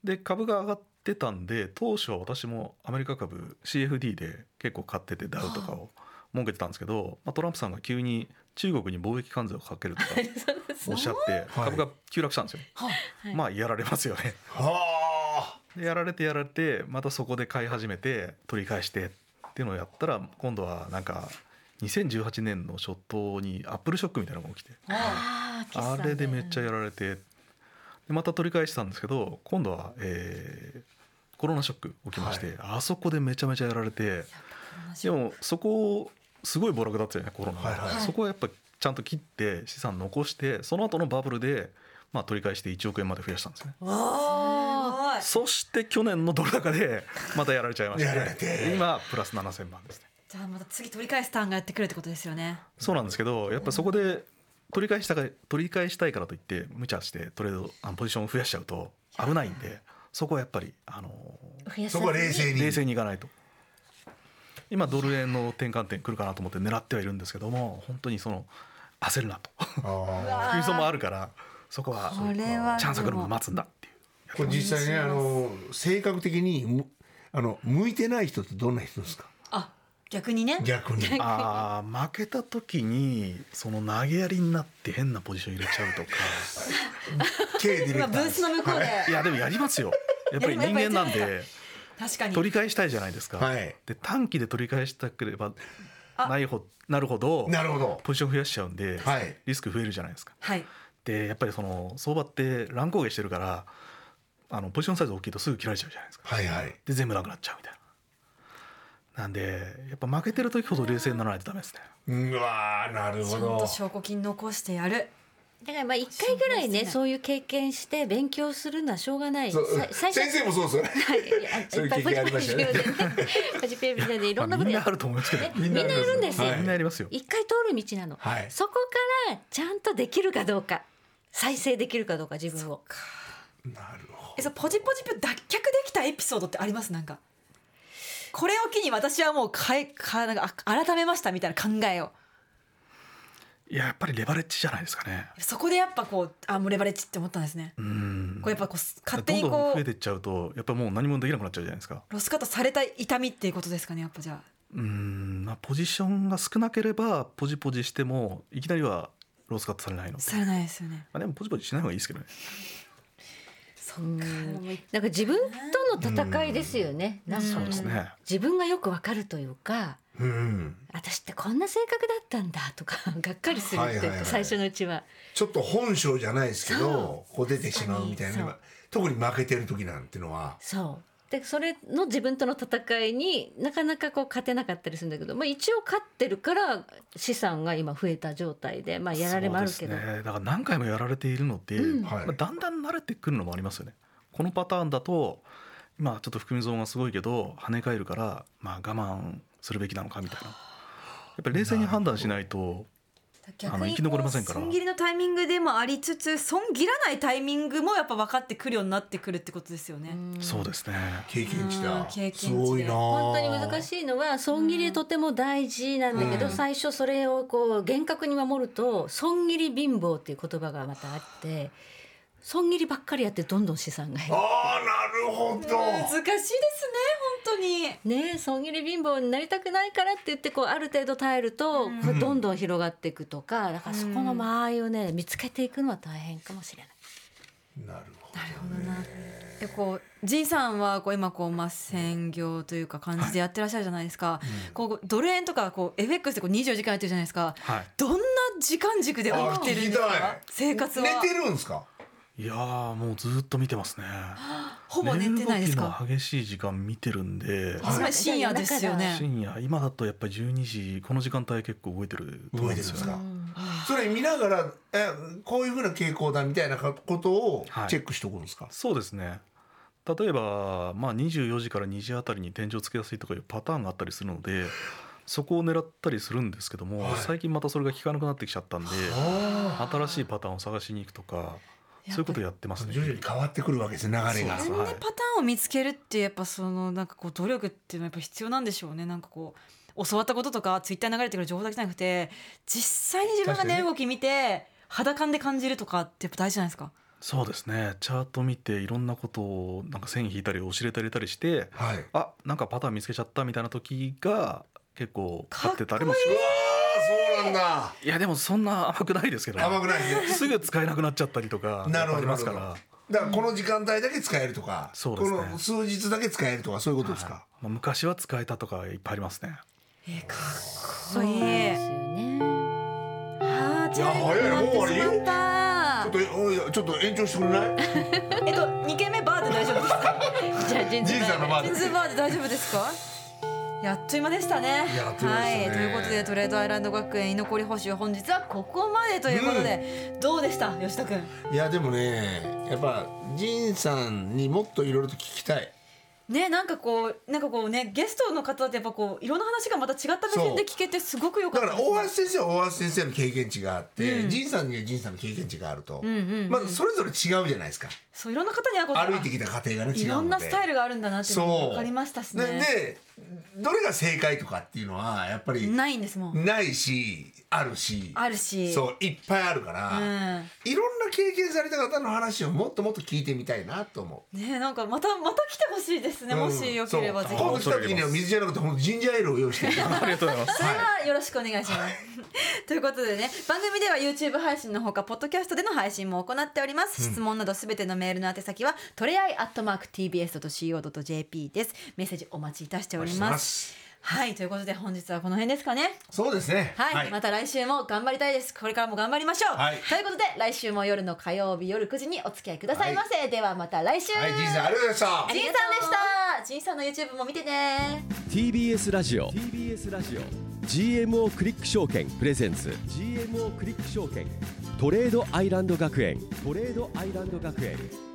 [SPEAKER 5] で株が上がってたんで当初は私もアメリカ株 CFD で結構買っててダウとかを儲けてたんですけど、まあ、トランプさんが急に中国に貿易関税をか けるとかおっしゃって
[SPEAKER 2] はい
[SPEAKER 5] 株が急落したんですよ。
[SPEAKER 3] はい
[SPEAKER 5] まあやられますよね。
[SPEAKER 2] は
[SPEAKER 5] でやられてやられてまたそこで買い始めて取り返してっていうのをやったら今度はなんか2018年の初頭にアップルショックみたいなのが起きて
[SPEAKER 4] あー
[SPEAKER 5] あれでめっちゃ
[SPEAKER 4] や
[SPEAKER 5] やられてでまた取り返したんですけど今度は、えーコロナショック起きまして、あそこでめちゃめちゃやられてでもそこすごい暴落だったよねコロナ、
[SPEAKER 2] はいはい
[SPEAKER 5] そこはやっぱちゃんと切って資産残してその後のバブルで、まあ、取り返して1億円まで増やしたんですね
[SPEAKER 3] あーすごい
[SPEAKER 5] そして去年のドル高でまたやられちゃいまし
[SPEAKER 2] やられ
[SPEAKER 5] て
[SPEAKER 2] て
[SPEAKER 5] 今プラス7000万ですね
[SPEAKER 3] じゃあまた次取り返すターンがやってくるってことですよね
[SPEAKER 5] そうなんですけどやっぱそこで取り返したか取り返したいからといって無茶してトレードあのポジションを増やしちゃうと危ないんでそこはやっぱりあの
[SPEAKER 4] ら
[SPEAKER 2] あそこは冷静に
[SPEAKER 5] 冷静にいかないと今ドル円の転換点来るかなと思って狙ってはいるんですけども本当にその焦るなと
[SPEAKER 2] あ
[SPEAKER 3] わー
[SPEAKER 5] 福 井さんもあるからそこは
[SPEAKER 3] これは
[SPEAKER 5] チャンスが来る
[SPEAKER 3] で
[SPEAKER 5] まで
[SPEAKER 3] も
[SPEAKER 5] 待つんだっていう
[SPEAKER 2] ーこれ実際ねあの性格的にむあの向いてない人ってどんな人ですか
[SPEAKER 3] あ逆にね
[SPEAKER 2] 逆に
[SPEAKER 5] あー負けた時にその投げやりになって変なポジション入れちゃうとか
[SPEAKER 2] K ディレクタ
[SPEAKER 3] 今ブースの向こうで
[SPEAKER 5] いやでもやりますよやっぱり人間なん
[SPEAKER 3] やっぱ
[SPEAKER 5] で
[SPEAKER 3] 確かに
[SPEAKER 5] 取り返したいじゃないですか、
[SPEAKER 2] はい
[SPEAKER 5] で短期で取り返したければないほなるほど
[SPEAKER 2] なるほど
[SPEAKER 5] ポジション増やしちゃうんで、
[SPEAKER 2] はい
[SPEAKER 5] リスク増えるじゃないですか
[SPEAKER 3] はい
[SPEAKER 5] でやっぱりその相場って乱高下してるからあのポジションサイズ大きいとすぐ切られちゃうじゃないですか
[SPEAKER 2] はいはい
[SPEAKER 5] で全部なくなっちゃうみたいななんでやっぱ負けてる時ほど冷静にならないとダメですね
[SPEAKER 2] うわーなる
[SPEAKER 3] ち
[SPEAKER 2] ほ
[SPEAKER 3] ゃん
[SPEAKER 2] ど
[SPEAKER 3] と証拠金残してやる
[SPEAKER 4] だからまあ一回ぐらいねそういう経験して勉強するのはしょうがない
[SPEAKER 2] そう
[SPEAKER 4] さ最
[SPEAKER 2] 先
[SPEAKER 4] 初
[SPEAKER 2] 生もそうですよね
[SPEAKER 4] はい、いやい
[SPEAKER 2] そうい
[SPEAKER 4] っ
[SPEAKER 2] う
[SPEAKER 4] ぱ
[SPEAKER 2] 経
[SPEAKER 4] いポジ
[SPEAKER 2] 験あり
[SPEAKER 4] テ
[SPEAKER 2] ました
[SPEAKER 4] ィ
[SPEAKER 2] よ
[SPEAKER 4] ブ
[SPEAKER 2] ね
[SPEAKER 4] でね、ポジティブでいろんな
[SPEAKER 5] ま
[SPEAKER 4] こと
[SPEAKER 5] あみん
[SPEAKER 4] や
[SPEAKER 5] な
[SPEAKER 4] っ
[SPEAKER 5] あると思いますけど
[SPEAKER 4] みんな
[SPEAKER 2] みんなあ
[SPEAKER 4] い
[SPEAKER 2] る
[SPEAKER 4] るんですよ。
[SPEAKER 2] はい
[SPEAKER 5] みんなやりますよ
[SPEAKER 4] 一回通る道なの。
[SPEAKER 2] はい
[SPEAKER 4] そこからちゃんとできるかどうか、再生できるかどうか自分を。
[SPEAKER 2] なるほ
[SPEAKER 3] えそうポジポジピュ脱却できたエピソードってありますなんかこれを機に私はもう変えかなんかあ改めましたみたいな考えを
[SPEAKER 5] いややっぱりレバレッジじゃないですかね
[SPEAKER 3] そこでやっぱこうあもうレバレッジって思ったんですね
[SPEAKER 5] うん
[SPEAKER 3] これやっぱこうす勝手
[SPEAKER 5] どん
[SPEAKER 3] に
[SPEAKER 5] どん
[SPEAKER 3] こ
[SPEAKER 5] 増えて
[SPEAKER 3] う
[SPEAKER 5] っちゃうとやっぱもう何もできなくなっちゃうじゃないですか
[SPEAKER 3] ロスカットされた痛みっていうことですかねやっぱじゃ
[SPEAKER 5] うーんまあポジションが少なければポジポジしてもいきなりはロースカットされないの
[SPEAKER 3] あ
[SPEAKER 5] で、
[SPEAKER 3] されないですよね
[SPEAKER 5] まあ、でもポジポジしない方がいいですけどね
[SPEAKER 3] そっ
[SPEAKER 4] うん
[SPEAKER 3] か
[SPEAKER 4] なんか自分との戦いですよね。なんか
[SPEAKER 5] そうですね
[SPEAKER 4] 自分がよくわかるというか、
[SPEAKER 2] どうん
[SPEAKER 4] 私ってこんな性格だったんだとか がっかりする
[SPEAKER 2] はい
[SPEAKER 4] っ
[SPEAKER 2] はいはい
[SPEAKER 4] て最初のうちは
[SPEAKER 2] ちょっと本性じゃないですけどこう出てしまうみたい
[SPEAKER 4] 確か
[SPEAKER 2] な特に負けてる時なんてのは
[SPEAKER 4] そうでそれの自分との戦いになかなかこう勝てなかったりするんだけど、まあ、一応勝ってるから資産が今増えた状態で、まあ、やられもあるけど
[SPEAKER 5] そうですね、だから何回もやられているので、
[SPEAKER 4] うん
[SPEAKER 2] はい
[SPEAKER 5] まあ、だんだん慣れてくるのもありますよねこのパターンだと今ちょっと含み損がすごいけど跳ね返るからまあ我慢するべきなのかみたいなやっぱり冷静に判断しないとあ
[SPEAKER 3] 逆
[SPEAKER 5] の
[SPEAKER 3] に
[SPEAKER 5] 生き残れませんから
[SPEAKER 3] 損切りのタイミングでもありつつ損切らないタイミングもやっぱ分かってくるようになってくるってことですよね。
[SPEAKER 5] そうですね
[SPEAKER 2] 経験値だ
[SPEAKER 3] あー経験値です
[SPEAKER 2] ごいな
[SPEAKER 4] 本当に難
[SPEAKER 2] い
[SPEAKER 4] しいのは損切りとても大事なんだけど、
[SPEAKER 2] うん
[SPEAKER 4] 最初それをこう厳格に守ると損切り貧乏っていう言葉がまたあって損切りばっかりやってどんどん資産が減る。
[SPEAKER 2] ああなるほど
[SPEAKER 3] 難しいですね本当に。
[SPEAKER 4] ねえ損切り貧乏になりたくないからって言ってこうある程度耐えると、
[SPEAKER 3] うん
[SPEAKER 4] これどんどん広がっていくとかだからそこの間合いをね見つけていくのは大変かもしれない。
[SPEAKER 2] なるほ
[SPEAKER 3] なるほどな。でこうじいさんはこう今こうまあ専業というか感じでやってらっしゃるじゃないですか。こうドル円とかこう FX でこう24時間やってるじゃないですか。
[SPEAKER 5] は
[SPEAKER 3] どんな時間軸で起きてるんです
[SPEAKER 2] あ聞きた
[SPEAKER 3] か
[SPEAKER 2] い。
[SPEAKER 3] 生活は
[SPEAKER 2] 寝てるんですか
[SPEAKER 5] いいやーもうずっと見てますね
[SPEAKER 3] ほぼ寝てないですか。
[SPEAKER 5] 寝る時の激しい時間見てるんで、
[SPEAKER 2] はい
[SPEAKER 3] つまり深夜ですよね。
[SPEAKER 5] 深夜今だとやっぱり12時この時間帯結構動いてると思
[SPEAKER 2] 動
[SPEAKER 5] う
[SPEAKER 2] い
[SPEAKER 5] ん
[SPEAKER 2] て
[SPEAKER 5] で
[SPEAKER 2] るん
[SPEAKER 5] す
[SPEAKER 2] で
[SPEAKER 5] よ
[SPEAKER 2] す
[SPEAKER 5] ね
[SPEAKER 2] かそれ見ながらえこういうふうな傾向だみたいなことを
[SPEAKER 5] はい
[SPEAKER 2] チェックしておくんですか、
[SPEAKER 5] そうですね例えば、まあ、24時から2時あたりに天井つけやすいとかいうパターンがあったりするのでそこを狙ったりするんですけども、
[SPEAKER 2] はい
[SPEAKER 5] 最近またそれが効かなくなってきちゃったんで
[SPEAKER 2] あ
[SPEAKER 5] 新しいパターンを探しに行くとか
[SPEAKER 3] やっぱり
[SPEAKER 5] そういうことやってます
[SPEAKER 2] あ
[SPEAKER 5] ね。
[SPEAKER 2] 徐々に変わってくるわけですね流れが
[SPEAKER 5] そ
[SPEAKER 3] 自
[SPEAKER 5] うで
[SPEAKER 3] 分でパターンを見つけるってやっぱそのなんかこう努力っていうのはやっぱ必要なんでしょうねなんかこう教わったこととかツイッターに流れてくる情報だけじゃなくて実際に自分が
[SPEAKER 2] 確か
[SPEAKER 3] ね
[SPEAKER 2] に
[SPEAKER 3] 動き見て肌感で感じるとかってやっぱ大事じゃないですか。
[SPEAKER 5] そうですねチャート見ていろんなことをなんか線引いたりおしれたり入れたりして
[SPEAKER 2] はいわ
[SPEAKER 5] あなんかパターン見つけちゃったみたいな時が結構勝ってたりもしま
[SPEAKER 2] あそうなんだ
[SPEAKER 5] すいやでもそんな甘くないですけどね
[SPEAKER 2] 甘くないね
[SPEAKER 5] すぐ使えなくなっちゃったりとか
[SPEAKER 2] なるほど
[SPEAKER 5] ありますか
[SPEAKER 2] なるほ
[SPEAKER 5] ら。
[SPEAKER 2] だからこの時間帯だけ使えるとか、
[SPEAKER 5] そうで
[SPEAKER 2] こ
[SPEAKER 5] すね
[SPEAKER 2] の数日だけ使えるとかそういうことですか、
[SPEAKER 5] まあ、昔は使えたとかいっぱいありますね。
[SPEAKER 3] えー、かっ
[SPEAKER 4] そ
[SPEAKER 3] こ
[SPEAKER 4] うなん
[SPEAKER 3] いい。
[SPEAKER 4] ですよね。
[SPEAKER 3] あー、
[SPEAKER 2] いや早いなもう終わり
[SPEAKER 3] 終わっ
[SPEAKER 2] ちょっとおいちょっと延長してくれない
[SPEAKER 3] た。えっと二軒目バーで大丈夫で すか。
[SPEAKER 4] じゃあ人
[SPEAKER 2] じいさんの前で
[SPEAKER 3] 人数バーで大丈夫ですか。やっと今でしたね。
[SPEAKER 2] やあっという間でしたね
[SPEAKER 3] はい、ということでトレードアイランド学園居残り補修本日はここまでということで、どうでした吉田君。
[SPEAKER 2] いやでもねやっぱ仁さんにもっといろいろと聞きたい
[SPEAKER 3] ね、なんかこうなんかこうねゲストの方ってやっぱこういろんな話がまた違った目線で聞けてすごく良か
[SPEAKER 2] だ
[SPEAKER 3] っ
[SPEAKER 2] か
[SPEAKER 3] た
[SPEAKER 2] ら
[SPEAKER 3] です
[SPEAKER 2] 大橋先生は大橋先生の経験値があって
[SPEAKER 3] うん
[SPEAKER 2] 仁、さんには仁さんの経験値があると、
[SPEAKER 3] うんうんうん
[SPEAKER 2] まあ、それぞれ違うじゃないですか
[SPEAKER 3] そういろんな方に会うことが
[SPEAKER 2] 歩いてきた過程がね違うので
[SPEAKER 3] いろんなスタイルがあるんだなっていうのが
[SPEAKER 2] そう
[SPEAKER 3] 分かりましたしね
[SPEAKER 2] ででどれが正解とかっていうのはやっぱり
[SPEAKER 3] ないんですもん
[SPEAKER 2] ないしあるし
[SPEAKER 3] あるし
[SPEAKER 2] そういっぱいあるから、
[SPEAKER 3] うん
[SPEAKER 2] いろんな経験された方の話をもっともっと聞いてみたいなと思
[SPEAKER 3] ねなんかまたまた来てほしいです
[SPEAKER 2] う、
[SPEAKER 3] ね、もしよければ
[SPEAKER 2] そ
[SPEAKER 3] ぜ
[SPEAKER 2] う
[SPEAKER 3] ひ
[SPEAKER 2] 今度来た時には水じゃなくてほんとジンジャーエールを用意してる
[SPEAKER 5] ありがとうございます。
[SPEAKER 3] それはよろしくお願いします。 ということでね番組では YouTube 配信のほかポッドキャストでの配信も行っております、質問などすべてのメールの宛先はトレアイアットマーク TBS.CO.JP ですメッセージお待ちいたしておりますはいということで本日はこの辺ですかね
[SPEAKER 2] そうですね
[SPEAKER 3] はい、また来週も頑張りたいですこれからも頑張りましょう、
[SPEAKER 2] はい
[SPEAKER 3] ということで来週も夜の火曜日夜9時にお付き合いくださいませ、ではまた来週、
[SPEAKER 2] はいジンさんありがとうございました
[SPEAKER 3] ジンさんでしたジンさんの YouTube も見てね
[SPEAKER 1] TBS ラジオ TBS ラジオ GMO クリック証券プレゼンツ GMO クリック証券トレードアイランド学園トレードアイランド学園